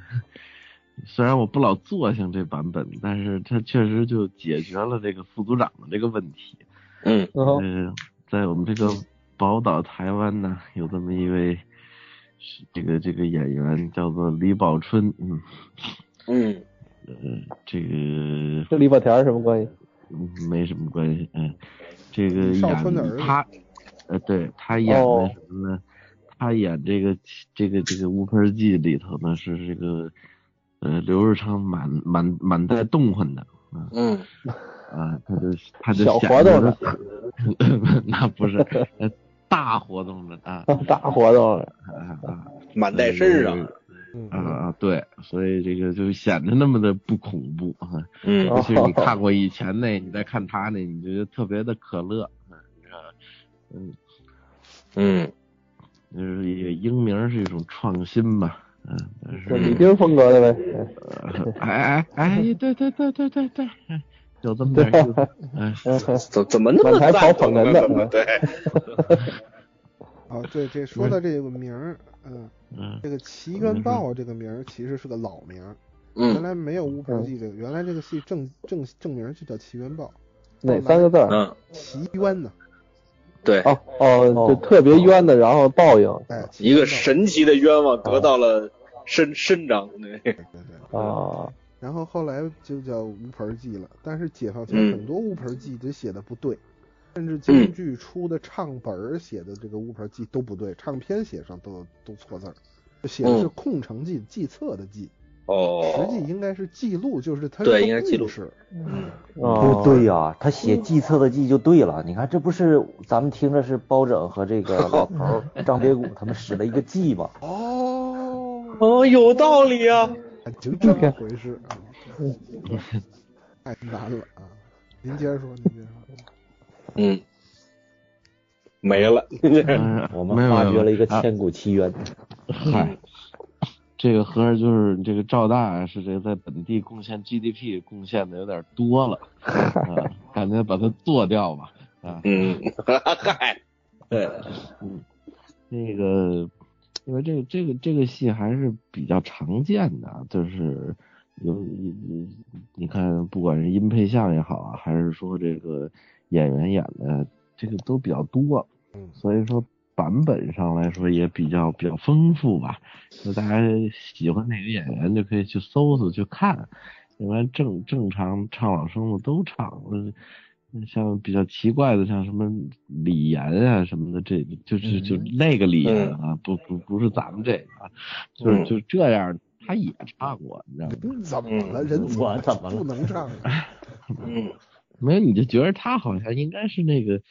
[SPEAKER 4] 虽然我不老坐性这版本，但是它确实就解决了这个副组长的这个问题。
[SPEAKER 1] 嗯
[SPEAKER 2] 然后
[SPEAKER 4] 呃，在我们这个宝岛台湾呢，有这么一位是这个这个演员叫做李宝春，嗯，
[SPEAKER 1] 嗯
[SPEAKER 4] 呃，这个
[SPEAKER 2] 这李宝田儿什么关系？
[SPEAKER 4] 嗯，没什么关系。嗯，这个
[SPEAKER 3] 少春的
[SPEAKER 4] 演
[SPEAKER 3] 儿子
[SPEAKER 4] 他，呃，对他演的
[SPEAKER 2] 哦
[SPEAKER 4] 什么呢？他演这个这个这个《乌盆记》里头呢是这个，呃，刘日昌满满满带动魂的
[SPEAKER 1] 嗯
[SPEAKER 4] 啊，他就他就
[SPEAKER 2] 小
[SPEAKER 4] 显
[SPEAKER 2] 活动
[SPEAKER 4] 得
[SPEAKER 2] 的
[SPEAKER 4] 他， 那不是呃大活动的啊
[SPEAKER 2] 大活动了，嗯
[SPEAKER 4] 啊啊
[SPEAKER 1] 满带身上，
[SPEAKER 4] 啊啊！对，所以这个就显得那么的不恐怖啊。
[SPEAKER 1] 嗯
[SPEAKER 2] 哦
[SPEAKER 4] 尤其是你看过以前那，你再看他那，你就觉得特别的可乐，嗯你知道吧嗯，
[SPEAKER 1] 嗯
[SPEAKER 4] 就是也英明是一种创新吧，嗯，
[SPEAKER 2] 就
[SPEAKER 4] 但
[SPEAKER 2] 李
[SPEAKER 4] 是
[SPEAKER 2] 丁风格的呗。哎
[SPEAKER 4] 呃哎哎哎，对对对对对对，哎有这么点意思，哎，
[SPEAKER 1] 怎怎么那么赞同呢？怎么对？
[SPEAKER 3] 啊，对这说到这个名儿，嗯，
[SPEAKER 4] 嗯
[SPEAKER 3] 这个奇缘报这个名儿其实是个老名儿，原
[SPEAKER 1] 嗯
[SPEAKER 3] 来没有乌盆记这个，原来这个戏正正正名儿就叫奇缘报，
[SPEAKER 2] 哪三个字儿？
[SPEAKER 1] 嗯
[SPEAKER 3] 奇冤呢，
[SPEAKER 1] 对，
[SPEAKER 2] 哦哦，就特别冤的，然后报应
[SPEAKER 3] 哎，
[SPEAKER 1] 一个神奇的冤枉得到了伸伸张，对，
[SPEAKER 3] 对对。
[SPEAKER 2] 啊，
[SPEAKER 3] 然后后来就叫无盆记了，但是解放前
[SPEAKER 1] 嗯
[SPEAKER 3] 很多无盆记都写的不对，甚至京剧出的唱本儿写的这个无盆记都不对，唱片写上都都错字儿，就写的是
[SPEAKER 1] 嗯
[SPEAKER 3] 空城计计策的计，实际
[SPEAKER 1] 哦，
[SPEAKER 3] 应该是记录，就是它
[SPEAKER 1] 对
[SPEAKER 3] 是个
[SPEAKER 1] 应该记录
[SPEAKER 3] 故事
[SPEAKER 2] 哦
[SPEAKER 5] 不对呀、他写计策的计就对了。你看，这不是咱们听着是包拯和这个老头儿 张别谷他们使了一个计吗？
[SPEAKER 3] 哦，
[SPEAKER 1] 哦，有道理啊，
[SPEAKER 3] 还就这么回事 啊，太难了啊！您接着说，您接着 说。
[SPEAKER 1] 嗯，没了，
[SPEAKER 4] 嗯
[SPEAKER 5] 我们
[SPEAKER 4] 没有没
[SPEAKER 5] 发
[SPEAKER 4] 有
[SPEAKER 5] 掘了一个
[SPEAKER 4] 啊
[SPEAKER 5] 千古奇冤。
[SPEAKER 4] 嗨，这个合着就是你这个赵大啊是这个在本地贡献 GDP 贡献的有点多了， 啊，感觉把它做掉吧，啊，
[SPEAKER 1] 嗯，嗨，对，
[SPEAKER 4] 那个，因为这个这个这个戏还是比较常见的啊，就是有你你你看，不管是音配像也好啊，还是说这个演员演的，这个都比较多，
[SPEAKER 3] 嗯
[SPEAKER 4] 所以说版本上来说也比较比较丰富吧。就大家喜欢哪个演员就可以去搜搜去看，要不然正正常唱老生的都唱。呃像比较奇怪的，像什么李岩啊什么的，这就是就那个李岩啊，不不不是咱们这个，啊，就是
[SPEAKER 1] 嗯
[SPEAKER 4] 就这样，他也唱过，你知道吗？
[SPEAKER 3] 人怎么了？
[SPEAKER 1] 嗯
[SPEAKER 3] 人怎么
[SPEAKER 6] 我怎么了
[SPEAKER 3] 不能唱啊？
[SPEAKER 1] 嗯
[SPEAKER 4] 没有，你就觉得他好像应该是那个，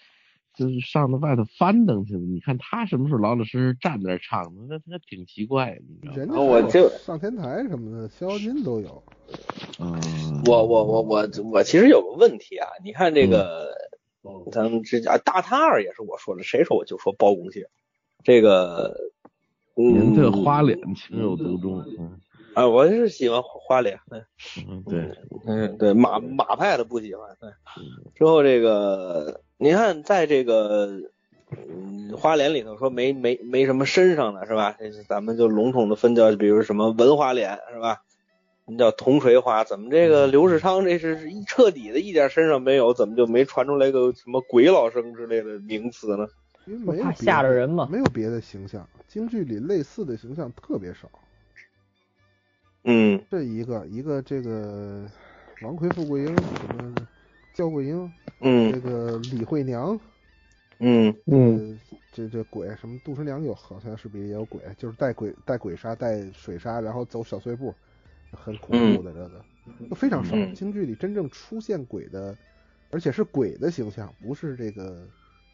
[SPEAKER 4] 就是上到外头翻腾去了。你看他什么时候老老实实站在那儿唱的，那他挺奇怪，你知道吗？
[SPEAKER 3] 人家
[SPEAKER 1] 啊我
[SPEAKER 3] 还有
[SPEAKER 1] 就
[SPEAKER 3] 上天台什么的，逍遥津都有。
[SPEAKER 4] 嗯，
[SPEAKER 1] 我我我我我其实有个问题啊，你看这个，咱们之前啊大探二也是我说的，谁说我就说包公戏，这个，嗯，
[SPEAKER 4] 您对花脸情有独钟，嗯
[SPEAKER 1] 啊，我是喜欢花脸，嗯
[SPEAKER 4] 嗯，对，
[SPEAKER 1] 嗯，对，嗯马马派的不喜欢。对，之后这个，你看，在这个嗯花脸里头说没没没什么身上的是吧？这是咱们就笼统的分叫，比如什么文花脸是吧？我们叫铜锤花，怎么这个刘世昌这是一彻底的一点身上没有，怎么就没传出来个什么鬼老生之类的名词呢？
[SPEAKER 3] 因为没有
[SPEAKER 7] 怕
[SPEAKER 3] 别
[SPEAKER 7] 吓
[SPEAKER 3] 的
[SPEAKER 7] 着人嘛
[SPEAKER 3] 没有别的形象，京剧里类似的形象特别少。
[SPEAKER 1] 嗯
[SPEAKER 3] 这一个一个这个王魁、富贵英什么焦桂英，这
[SPEAKER 1] 嗯
[SPEAKER 3] 个李慧娘，
[SPEAKER 1] 嗯
[SPEAKER 2] 嗯
[SPEAKER 3] 呃，这这鬼什么杜十娘有，好像是不是也有鬼？就是带鬼带鬼纱、带水纱，然后走小碎步，很恐怖的这个，就非常少。
[SPEAKER 1] 嗯
[SPEAKER 3] 京剧里真正出现鬼的，而且是鬼的形象，不是这个，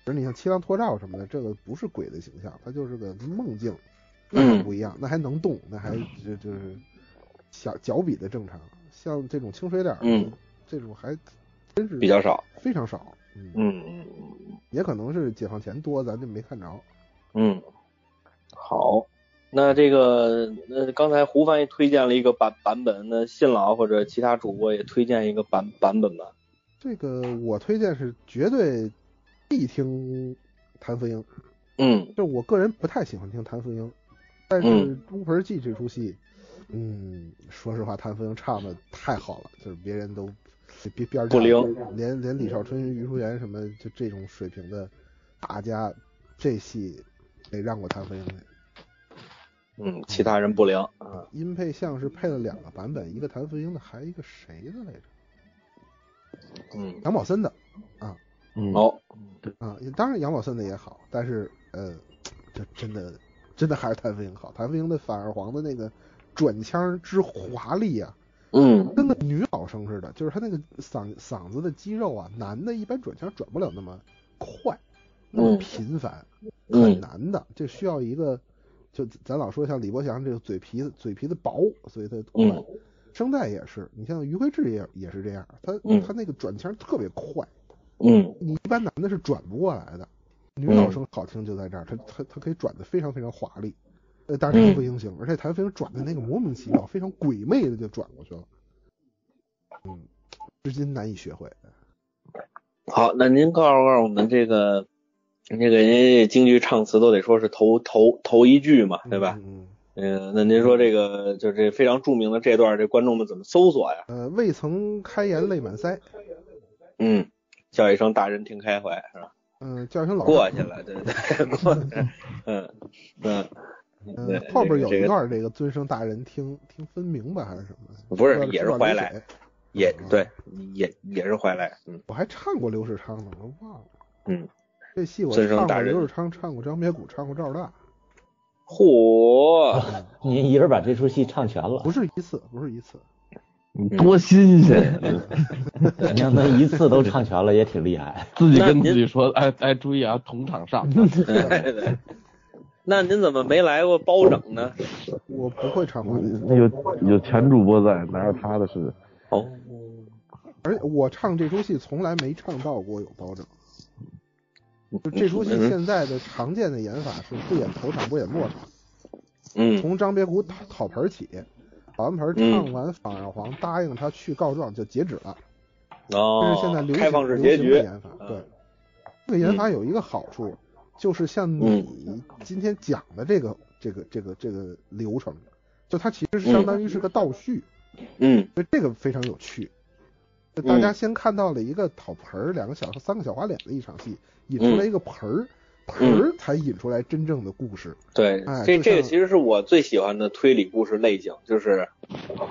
[SPEAKER 3] 比如你像七郎托照什么的，这个不是鬼的形象，它就是个梦境，那还不一样，那还能动，那还就就是小脚比的正常。像这种清水脸儿，
[SPEAKER 1] 嗯
[SPEAKER 3] 这种还真是
[SPEAKER 1] 比较少。
[SPEAKER 3] 非常少，嗯，
[SPEAKER 1] 嗯
[SPEAKER 3] 也可能是解放前多，咱就没看着。
[SPEAKER 1] 嗯，好，那这个呃，刚才胡翻译推荐了一个版版本，那信老或者其他主播也推荐一个版版本吧。
[SPEAKER 3] 这个我推荐是绝对必听谭富英，
[SPEAKER 1] 嗯
[SPEAKER 3] 就我个人不太喜欢听谭富英，但是《乌盆记》这出戏，嗯，说实话，谭富英唱的太好了，就是别人都别边儿
[SPEAKER 1] 不
[SPEAKER 3] 站
[SPEAKER 1] 灵
[SPEAKER 3] 连连李少春、于淑媛什么就这种水平的大家，这戏得让过谭富英的。
[SPEAKER 1] 嗯，其他人不灵啊。
[SPEAKER 3] 音配像是配了两个版本，一个谭富英的，还一个谁的来着？
[SPEAKER 1] 嗯，
[SPEAKER 3] 杨宝森的
[SPEAKER 4] 嗯，
[SPEAKER 1] 好，
[SPEAKER 3] 啊，也当然杨宝森的也好，但是呃，这真的真的还是谭富英好。谭富英的反二黄的那个转腔之华丽啊，
[SPEAKER 1] 嗯
[SPEAKER 3] 跟个女老生似的，就是她那个嗓嗓子的肌肉啊，男的一般转腔转不了那么快，那么
[SPEAKER 1] 嗯
[SPEAKER 3] 频繁，很
[SPEAKER 1] 嗯
[SPEAKER 3] 难的，这需要一个。就咱老说像李伯祥这个嘴皮子，嘴皮子薄，所以他快。
[SPEAKER 1] 嗯
[SPEAKER 3] 声带也是，你像于慧智也也是这样，他、
[SPEAKER 1] 嗯
[SPEAKER 3] 他那个转腔特别快，
[SPEAKER 1] 嗯
[SPEAKER 3] 你一般男的是转不过来的，女
[SPEAKER 1] 嗯
[SPEAKER 3] 老生好听就在这儿，她她她可以转的非常非常华丽，呃，但是
[SPEAKER 1] 嗯
[SPEAKER 3] 谭富英行，而且谭富英转的那个莫名其妙，非常鬼魅的就转过去了，嗯，至今难以学会。
[SPEAKER 1] 好，那您告诉告诉我们这个。那个人家京剧唱词都得说是头头头一句嘛，对吧？
[SPEAKER 3] 嗯，
[SPEAKER 1] 嗯，那您说这个就这非常著名的这段，这观众们怎么搜索呀？
[SPEAKER 3] 嗯呃，未曾开言泪满腮，
[SPEAKER 1] 嗯，叫一声大人听开怀是吧？
[SPEAKER 3] 嗯，叫一声老
[SPEAKER 1] 过去了，对对， 过去 了，嗯嗯。对
[SPEAKER 3] 嗯，后边有
[SPEAKER 1] 这
[SPEAKER 3] 一
[SPEAKER 1] 个
[SPEAKER 3] 段这个尊生大人听听分明白还是什么？
[SPEAKER 1] 不是
[SPEAKER 3] 不知道
[SPEAKER 1] 也是
[SPEAKER 3] 吃碗
[SPEAKER 1] 怀
[SPEAKER 3] 流
[SPEAKER 1] 来
[SPEAKER 3] 水，
[SPEAKER 1] 也
[SPEAKER 3] 嗯
[SPEAKER 1] 对，也也是怀来，嗯
[SPEAKER 3] 我还唱过刘世昌呢，我都忘了。
[SPEAKER 1] 嗯，
[SPEAKER 3] 这戏我
[SPEAKER 1] 尊生
[SPEAKER 3] 唱
[SPEAKER 1] 大
[SPEAKER 3] 过
[SPEAKER 1] 人
[SPEAKER 3] 刘世昌，唱过张别谷，唱过赵大，
[SPEAKER 5] 啊
[SPEAKER 1] 嚯，
[SPEAKER 6] 您一人把这出戏唱全了，
[SPEAKER 3] 不是一次，不是一次。嗯
[SPEAKER 4] 你多新鲜！
[SPEAKER 6] 您要能一次都唱全了，也挺厉害。
[SPEAKER 4] 自己跟自己说，哎哎，注意啊，同 场上。
[SPEAKER 1] 对对。那您怎么没来过包拯呢？
[SPEAKER 3] 我不会唱话
[SPEAKER 1] 嗯
[SPEAKER 3] 剧，
[SPEAKER 4] 那有有前主播在，哪有他的事？
[SPEAKER 1] 哦，
[SPEAKER 3] 而且我唱这出戏从来没唱到过有包拯。就这出戏
[SPEAKER 1] 嗯
[SPEAKER 3] 现在的常见的演法是不演头场不演末场，
[SPEAKER 1] 嗯
[SPEAKER 3] 从张别谷讨讨盆儿起，讨完盆儿
[SPEAKER 1] 嗯
[SPEAKER 3] 唱完访二黄答应他去告状就截止了，这
[SPEAKER 1] 哦，
[SPEAKER 3] 是现在流
[SPEAKER 1] 开放
[SPEAKER 3] 行
[SPEAKER 1] 式
[SPEAKER 3] 流
[SPEAKER 1] 结
[SPEAKER 3] 行
[SPEAKER 1] 局嗯
[SPEAKER 3] 的，演法。对，这个演法有一个好处，就是像
[SPEAKER 1] 嗯
[SPEAKER 3] 你今天讲的这个这个这个这个流程，就它其实是相当于是个倒叙，
[SPEAKER 1] 嗯
[SPEAKER 3] 所以这个非常有趣。就大家
[SPEAKER 1] 嗯
[SPEAKER 3] 先看到了一个讨盆儿、两个小三个小花脸的一场戏，引
[SPEAKER 1] 嗯
[SPEAKER 3] 出来一个盆儿，盆儿才引出来真正的故事。
[SPEAKER 1] 对，
[SPEAKER 3] 哎
[SPEAKER 1] 这
[SPEAKER 3] 就
[SPEAKER 1] 这个
[SPEAKER 3] 像
[SPEAKER 1] 其实是我最喜欢的推理故事类型，就是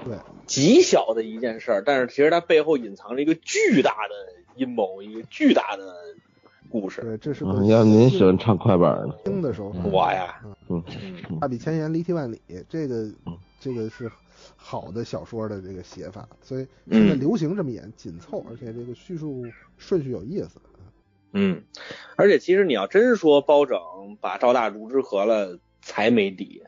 [SPEAKER 3] 对
[SPEAKER 1] 极小的一件事儿，但是其实它背后隐藏着一个巨大的阴谋，一个巨大的故事。
[SPEAKER 3] 对，这是个
[SPEAKER 4] 嗯要您喜欢唱快板呢？
[SPEAKER 3] 新的手法。
[SPEAKER 1] 我呀，
[SPEAKER 4] 嗯，
[SPEAKER 3] 大笔千言，离题万里，这个这个是好的小说的这个写法，所以现在
[SPEAKER 1] 嗯
[SPEAKER 3] 流行这么演，紧凑，而且这个叙述顺序有意思。
[SPEAKER 1] 嗯，而且其实你要真说包拯把赵大如之合了，才没底。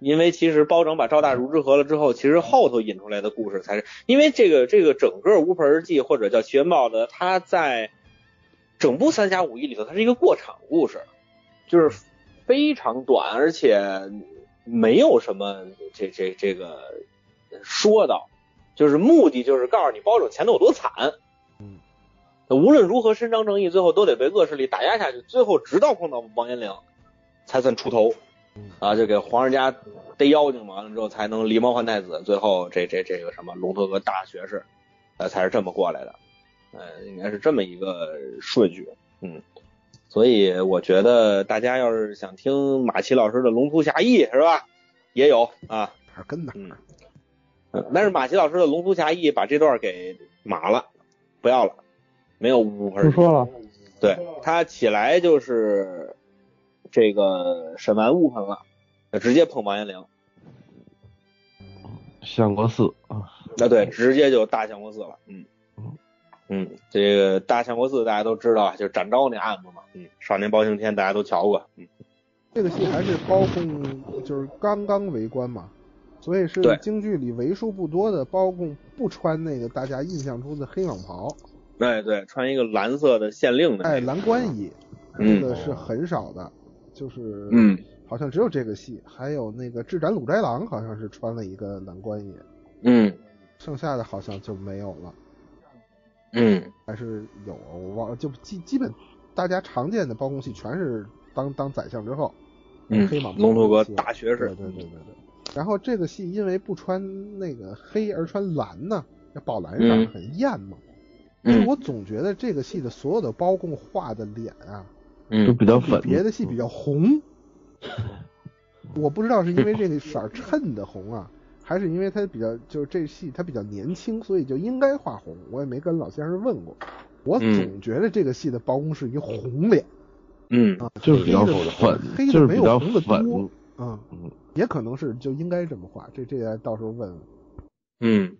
[SPEAKER 1] 因为其实包拯把赵大如之合了之后，其实后头引出来的故事才是，因为这个这个整个《乌盆儿记》或者叫《奇缘报》的，它在整部《三侠五义》里头，它是一个过场故事，就是非常短，而且没有什么这这这个说道，就是目的就是告诉你包拯前头有多惨，无论如何伸张正义，最后都得被恶势力打压下去，最后直到碰到王延龄，才算出头，啊，就给皇上家逮妖精嘛，完了之后才能狸猫换太子，最后这这这个什么龙头阁大学士，呃，才是这么过来的，呃，应该是这么一个顺序，嗯，所以我觉得大家要是想听马奇老师的《龙图侠义》是吧，也有啊，
[SPEAKER 3] 哪儿跟哪儿？
[SPEAKER 1] 嗯，嗯但是马奇老师的《龙图侠义》把这段给码了，不要了，没有五盆儿
[SPEAKER 2] 不说了，
[SPEAKER 1] 对他起来就是这个审完误判了，直接碰王延龄，
[SPEAKER 4] 相国寺啊，
[SPEAKER 1] 那对，直接就大相国寺了，嗯
[SPEAKER 4] 嗯
[SPEAKER 1] 嗯，这个大相国寺大家都知道啊，就是展昭那案子嘛，嗯，少年包青天大家都瞧过，嗯
[SPEAKER 3] 这个戏还是包公就是刚刚为官嘛，所以是
[SPEAKER 1] 对
[SPEAKER 3] 京剧里为数不多的包公不穿那个大家印象中的黑蟒袍，
[SPEAKER 1] 哎对，穿一个蓝色的县令的
[SPEAKER 3] 哎，
[SPEAKER 1] 那个，
[SPEAKER 3] 蓝官衣，这
[SPEAKER 1] 嗯
[SPEAKER 3] 个是很少的，就是
[SPEAKER 1] 嗯，
[SPEAKER 3] 好像只有这个戏，还有那个智斩鲁斋郎好像是穿了一个蓝官衣，
[SPEAKER 1] 嗯
[SPEAKER 3] 剩下的好像就没有了。
[SPEAKER 1] 嗯
[SPEAKER 3] 还是有，啊我忘了，就基基本大家常见的包公戏全是当当宰相之后，
[SPEAKER 1] 嗯
[SPEAKER 3] 黑马，
[SPEAKER 1] 龙头阁大学士
[SPEAKER 3] 对，对对对对。然后这个戏因为不穿那个黑而穿蓝呢，那宝蓝色
[SPEAKER 1] 嗯
[SPEAKER 3] 很艳嘛。所以
[SPEAKER 1] 嗯
[SPEAKER 3] 我总觉得这个戏的所有的包公画的脸啊，
[SPEAKER 4] 就
[SPEAKER 1] 嗯
[SPEAKER 4] 比较
[SPEAKER 3] 比
[SPEAKER 4] 粉。
[SPEAKER 3] 别的戏比较红。我不知道是因为这个色儿衬的红啊，还是因为他比较就是这戏他比较年轻，所以就应该画红。我也没跟老先生问过，我
[SPEAKER 1] 嗯
[SPEAKER 3] 总觉得这个戏的包公是一红脸，
[SPEAKER 1] 嗯
[SPEAKER 4] 就是比较
[SPEAKER 3] 黑的
[SPEAKER 4] 粉
[SPEAKER 3] 黑，的
[SPEAKER 4] 就是
[SPEAKER 3] 没
[SPEAKER 4] 比
[SPEAKER 3] 有
[SPEAKER 4] 较
[SPEAKER 3] 红的多
[SPEAKER 4] 粉。
[SPEAKER 3] 嗯
[SPEAKER 4] 嗯，
[SPEAKER 3] 也可能是就应该这么画。这这个到时候问问。
[SPEAKER 1] 嗯，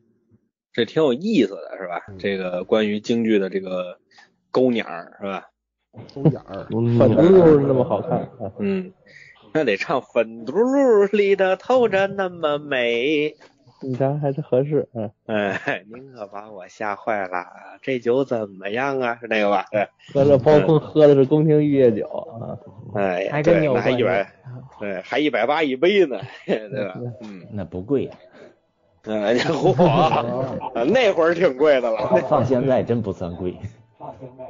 [SPEAKER 1] 这挺有意思的是吧？这个关于京剧的这个勾鸟儿是吧？
[SPEAKER 3] 勾眼儿，
[SPEAKER 2] 反正就是那么好看。
[SPEAKER 1] 嗯，那得唱粉嘟噜里头透着那么美。
[SPEAKER 2] 你咱还是合适，嗯，
[SPEAKER 1] 哎，您可把我吓坏了，这酒怎么样啊？是那个吧？
[SPEAKER 7] 嗯
[SPEAKER 1] 嗯对，
[SPEAKER 2] 喝了包公喝的是宫廷玉液酒啊，
[SPEAKER 1] 哎呀，
[SPEAKER 7] 还跟你
[SPEAKER 1] 对
[SPEAKER 7] 有
[SPEAKER 1] 那还
[SPEAKER 7] 关
[SPEAKER 1] 一
[SPEAKER 7] 系嗯
[SPEAKER 1] 百，对，还一百八一杯呢， 对吧？嗯，
[SPEAKER 6] 那不贵呀、
[SPEAKER 1] 哎，嚯，那会儿 挺贵的
[SPEAKER 7] 哦
[SPEAKER 1] 了。
[SPEAKER 6] 放现在真不算贵。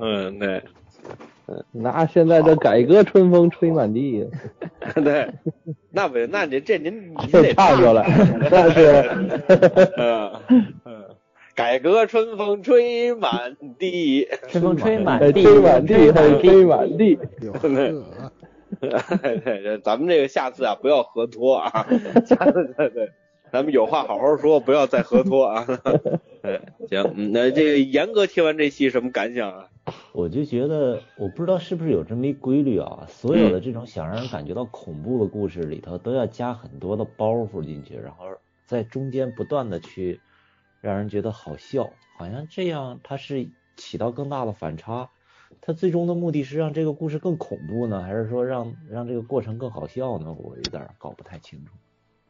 [SPEAKER 1] 嗯，对，
[SPEAKER 2] 那现在这改革春风吹满地，
[SPEAKER 1] 对，那不，那 您这您您
[SPEAKER 2] 就
[SPEAKER 1] 得
[SPEAKER 2] 唱出来，那是
[SPEAKER 1] 嗯嗯，改革春风吹满地，
[SPEAKER 7] 春风吹满
[SPEAKER 2] 哎
[SPEAKER 7] 地，
[SPEAKER 2] 追满地，
[SPEAKER 7] 吹
[SPEAKER 2] 还追满地，
[SPEAKER 3] 柳呵，
[SPEAKER 1] 对， 咱们这个下次啊不要合拖啊， 下次对对，咱们有话好好说，不要再合拖啊。 对，行，嗯那这个严格听完这期什么感想啊？
[SPEAKER 6] 我就觉得，我不知道是不是有这么一规律啊，所有的这种想让人感觉到恐怖的故事里头，都要加很多的包袱进去，然后在中间不断的去让人觉得好笑，好像这样它是起到更大的反差。它最终的目的是让这个故事更恐怖呢，还是说让让这个过程更好笑呢？我有点搞不太清楚，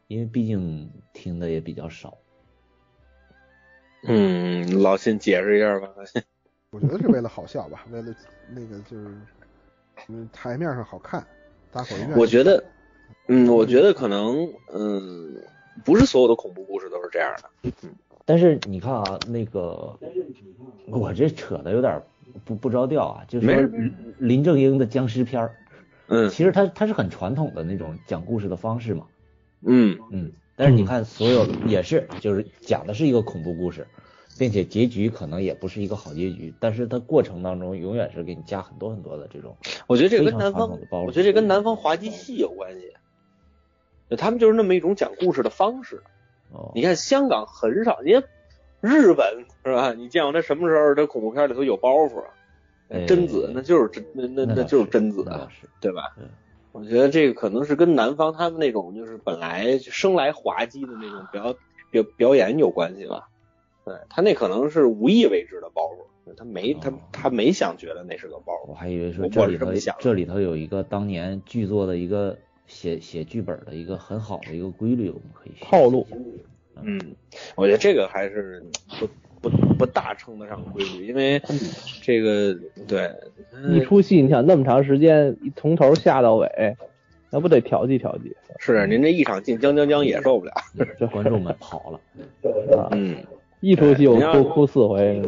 [SPEAKER 6] 因为毕竟听的也比较少。
[SPEAKER 1] 嗯，老辛解释一下吧。
[SPEAKER 3] 我觉得是为了好笑吧，为了那个就是，嗯，台面上好看，大伙儿愿意
[SPEAKER 1] 我觉得，嗯，我觉得可能，嗯，不是所有的恐怖故事都是这样的。
[SPEAKER 6] 但是你看啊，那个我这扯的有点不不着调啊，就是
[SPEAKER 1] 没
[SPEAKER 6] 说
[SPEAKER 1] 事
[SPEAKER 6] 林林正英的僵尸片儿，
[SPEAKER 1] 嗯
[SPEAKER 6] 其实他他是很传统的那种讲故事的方式嘛，
[SPEAKER 1] 嗯
[SPEAKER 6] 嗯，但是你看所有也是就是讲的是一个恐怖故事，并且结局可能也不是一个好结局，但是它过程当中永远是给你加很多很多的这种，
[SPEAKER 1] 我觉得这个跟
[SPEAKER 6] 非常
[SPEAKER 1] 南
[SPEAKER 6] 传
[SPEAKER 1] 方
[SPEAKER 6] 统的包，袱
[SPEAKER 1] 我觉得这跟南方滑稽戏有关系。就他们就是那么一种讲故事的方式。
[SPEAKER 6] 哦
[SPEAKER 1] 你，看香港很少，人家日本是吧？你见过他什么时候他恐怖片里头有包袱啊？
[SPEAKER 6] 哎
[SPEAKER 1] 贞子那就是贞，那那
[SPEAKER 6] 那
[SPEAKER 1] 那
[SPEAKER 6] 倒
[SPEAKER 1] 就是
[SPEAKER 6] 是
[SPEAKER 1] 贞子
[SPEAKER 6] 那
[SPEAKER 1] 啊
[SPEAKER 6] 倒是，
[SPEAKER 1] 对吧
[SPEAKER 6] 嗯？
[SPEAKER 1] 我觉得这个可能是跟南方他们那种就是本来就生来滑稽的那种表表表演有关系吧。对他那可能是无意为之的包袱，他没他
[SPEAKER 6] 哦
[SPEAKER 1] 他没想觉得那是个包
[SPEAKER 6] 我
[SPEAKER 1] 袱。
[SPEAKER 6] 还以为说
[SPEAKER 1] 我
[SPEAKER 6] 这
[SPEAKER 1] 我是
[SPEAKER 6] 里
[SPEAKER 1] 这
[SPEAKER 6] 头
[SPEAKER 1] 么想的
[SPEAKER 6] 这里头有一个当年剧作的一个写写剧本的一个很好的一个规律，我们可以学
[SPEAKER 2] 套路。
[SPEAKER 1] 嗯，我觉得这个还是嗯不不不大称得上规律，因为
[SPEAKER 6] 嗯
[SPEAKER 1] 这个对嗯
[SPEAKER 2] 一出戏你想那么长时间从头下到尾，那不得调剂调剂
[SPEAKER 1] 是啊您这一场进将将将也受不了。
[SPEAKER 6] 嗯观众们跑了。
[SPEAKER 2] 啊？
[SPEAKER 1] 嗯，
[SPEAKER 2] 一出戏我
[SPEAKER 1] 你要
[SPEAKER 2] 哭哭四回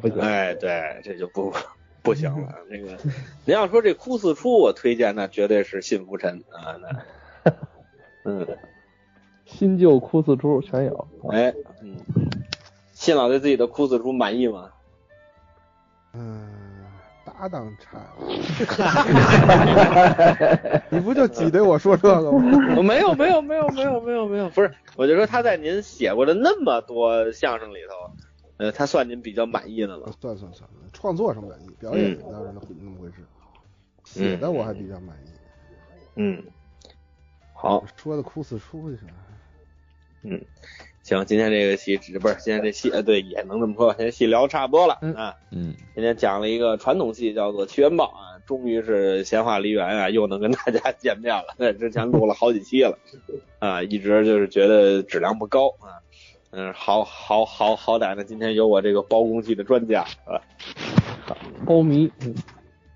[SPEAKER 2] 不行，
[SPEAKER 1] 哎，对，这就 不不行了。那 个，您要说这哭四出，我推荐那绝对是信福臣啊，那，嗯，
[SPEAKER 2] 新旧哭四出全有。啊
[SPEAKER 1] 哎，嗯，信老对自己的哭四出满意吗？
[SPEAKER 3] 嗯，搭档差，你不就挤兑我说这个吗？
[SPEAKER 1] 我哦没有，没有，没有，没有，没有，没有，不是，我就说他在您写过的那么多相声里头，呃，他算您比较满意的了。
[SPEAKER 3] 算算算，创作上满意，表演当然那么回事，写的我还比较满意，
[SPEAKER 1] 嗯，好，
[SPEAKER 3] 说的哭死出去了。
[SPEAKER 1] 嗯，行，今天这个戏只不是今天这戏，呃，对，也能这么说，吧，今天戏聊差不多了啊。
[SPEAKER 6] 嗯，
[SPEAKER 1] 今天讲了一个传统戏，叫做《七元宝》啊，终于是闲话梨园啊，又能跟大家 见面了。在之前录了好几期了，啊，一直就是觉得质量不高啊，嗯，好好好好歹呢，今天有我这个包公戏的专家啊，
[SPEAKER 2] 包迷， 嗯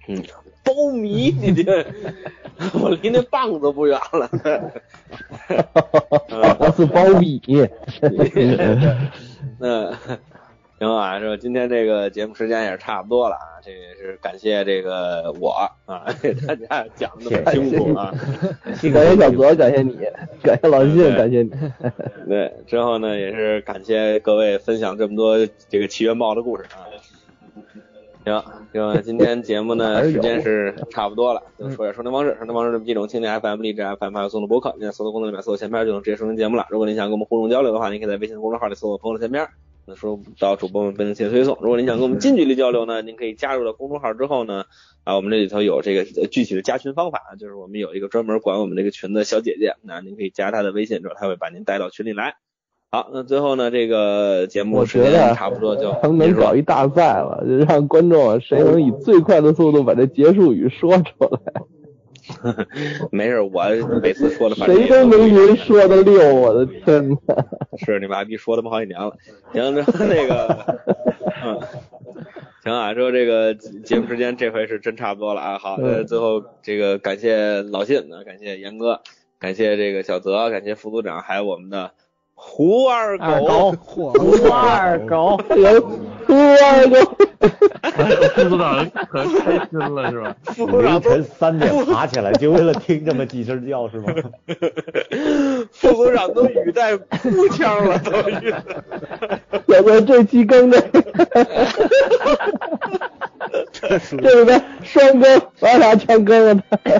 [SPEAKER 1] 嗯，包迷，你这我离那棒子不远了，
[SPEAKER 2] 我是包比，
[SPEAKER 1] 嗯，行啊，是吧？今天这个节目时间也是差不多了啊，这也是感谢这个我啊， 给大家讲的那么清楚啊。
[SPEAKER 2] 感谢小泽，感谢你，感谢老信，感谢你。
[SPEAKER 1] 对，之后呢也是感谢各位分享这么多这个七元豹的故事啊。行，那今天节目
[SPEAKER 2] 哪
[SPEAKER 1] 呢
[SPEAKER 2] 儿有
[SPEAKER 1] 时间是差不多了，就说一下收听方式。收听方式这么几种：蜻蜓 FM、荔枝 FM 还有松的博客。您在搜索功能里面搜索“前边”就能直接收听节目了。如果您想跟我们互动交流的话，您可以在微信公众号里搜索“朋友的前边”。那收到主播们不定期的推送。如果您想跟我们近距离交流呢，您可以加入到公众号之后呢，啊，我们这里头有这个呃具体的加群方法，就是我们有一个专门管我们这个群的小姐姐，那您可以加她的微信之后，她会把您带到群里来。好，那最后呢，这个节目
[SPEAKER 2] 我
[SPEAKER 1] 时
[SPEAKER 2] 觉得
[SPEAKER 1] 间
[SPEAKER 2] 啊
[SPEAKER 1] 差不多就
[SPEAKER 2] 咱们
[SPEAKER 1] 结
[SPEAKER 2] 能
[SPEAKER 1] 束了
[SPEAKER 2] 搞一大赛了，就让观众啊谁能以最快的速度把这结束语说出来，
[SPEAKER 1] 没事，我每次说的反正
[SPEAKER 2] 谁
[SPEAKER 1] 也
[SPEAKER 2] 都能
[SPEAKER 1] 一样
[SPEAKER 2] 您说的溜，我的天呐。
[SPEAKER 1] 是你妈逼说他妈好几年了。行，之后那 个，嗯，行啊，之后这个节目时间这回是真差不多了啊。
[SPEAKER 2] 嗯
[SPEAKER 1] 好，呃，最后这个感谢老信啊，感谢严哥，感谢这个小泽，感谢副组长，还有我们的胡二狗。哦
[SPEAKER 7] 二狗，
[SPEAKER 3] 嚯！
[SPEAKER 7] 不二狗，
[SPEAKER 2] 有多少个？
[SPEAKER 4] 副组长可开心了是吧？
[SPEAKER 1] 副组
[SPEAKER 6] 凌
[SPEAKER 1] 长
[SPEAKER 6] 晨
[SPEAKER 1] 都
[SPEAKER 6] 三点爬起来就为了听这么几声叫是吗？
[SPEAKER 1] 副组长都语带哭腔了，都语带。
[SPEAKER 2] 要不然这期更的，这里边双更，把俩全更 了他。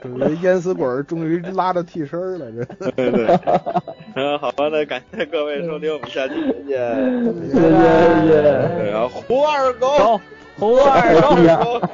[SPEAKER 3] 属于淹死鬼儿终于拉着替身儿了，这
[SPEAKER 1] 对对， 嗯，好吧，那感谢各位收听，我们下期再见。
[SPEAKER 2] 嗯谢谢谢谢。
[SPEAKER 1] 然后胡二狗，
[SPEAKER 7] 走，胡二狗。
[SPEAKER 2] 啊
[SPEAKER 1] 胡二狗。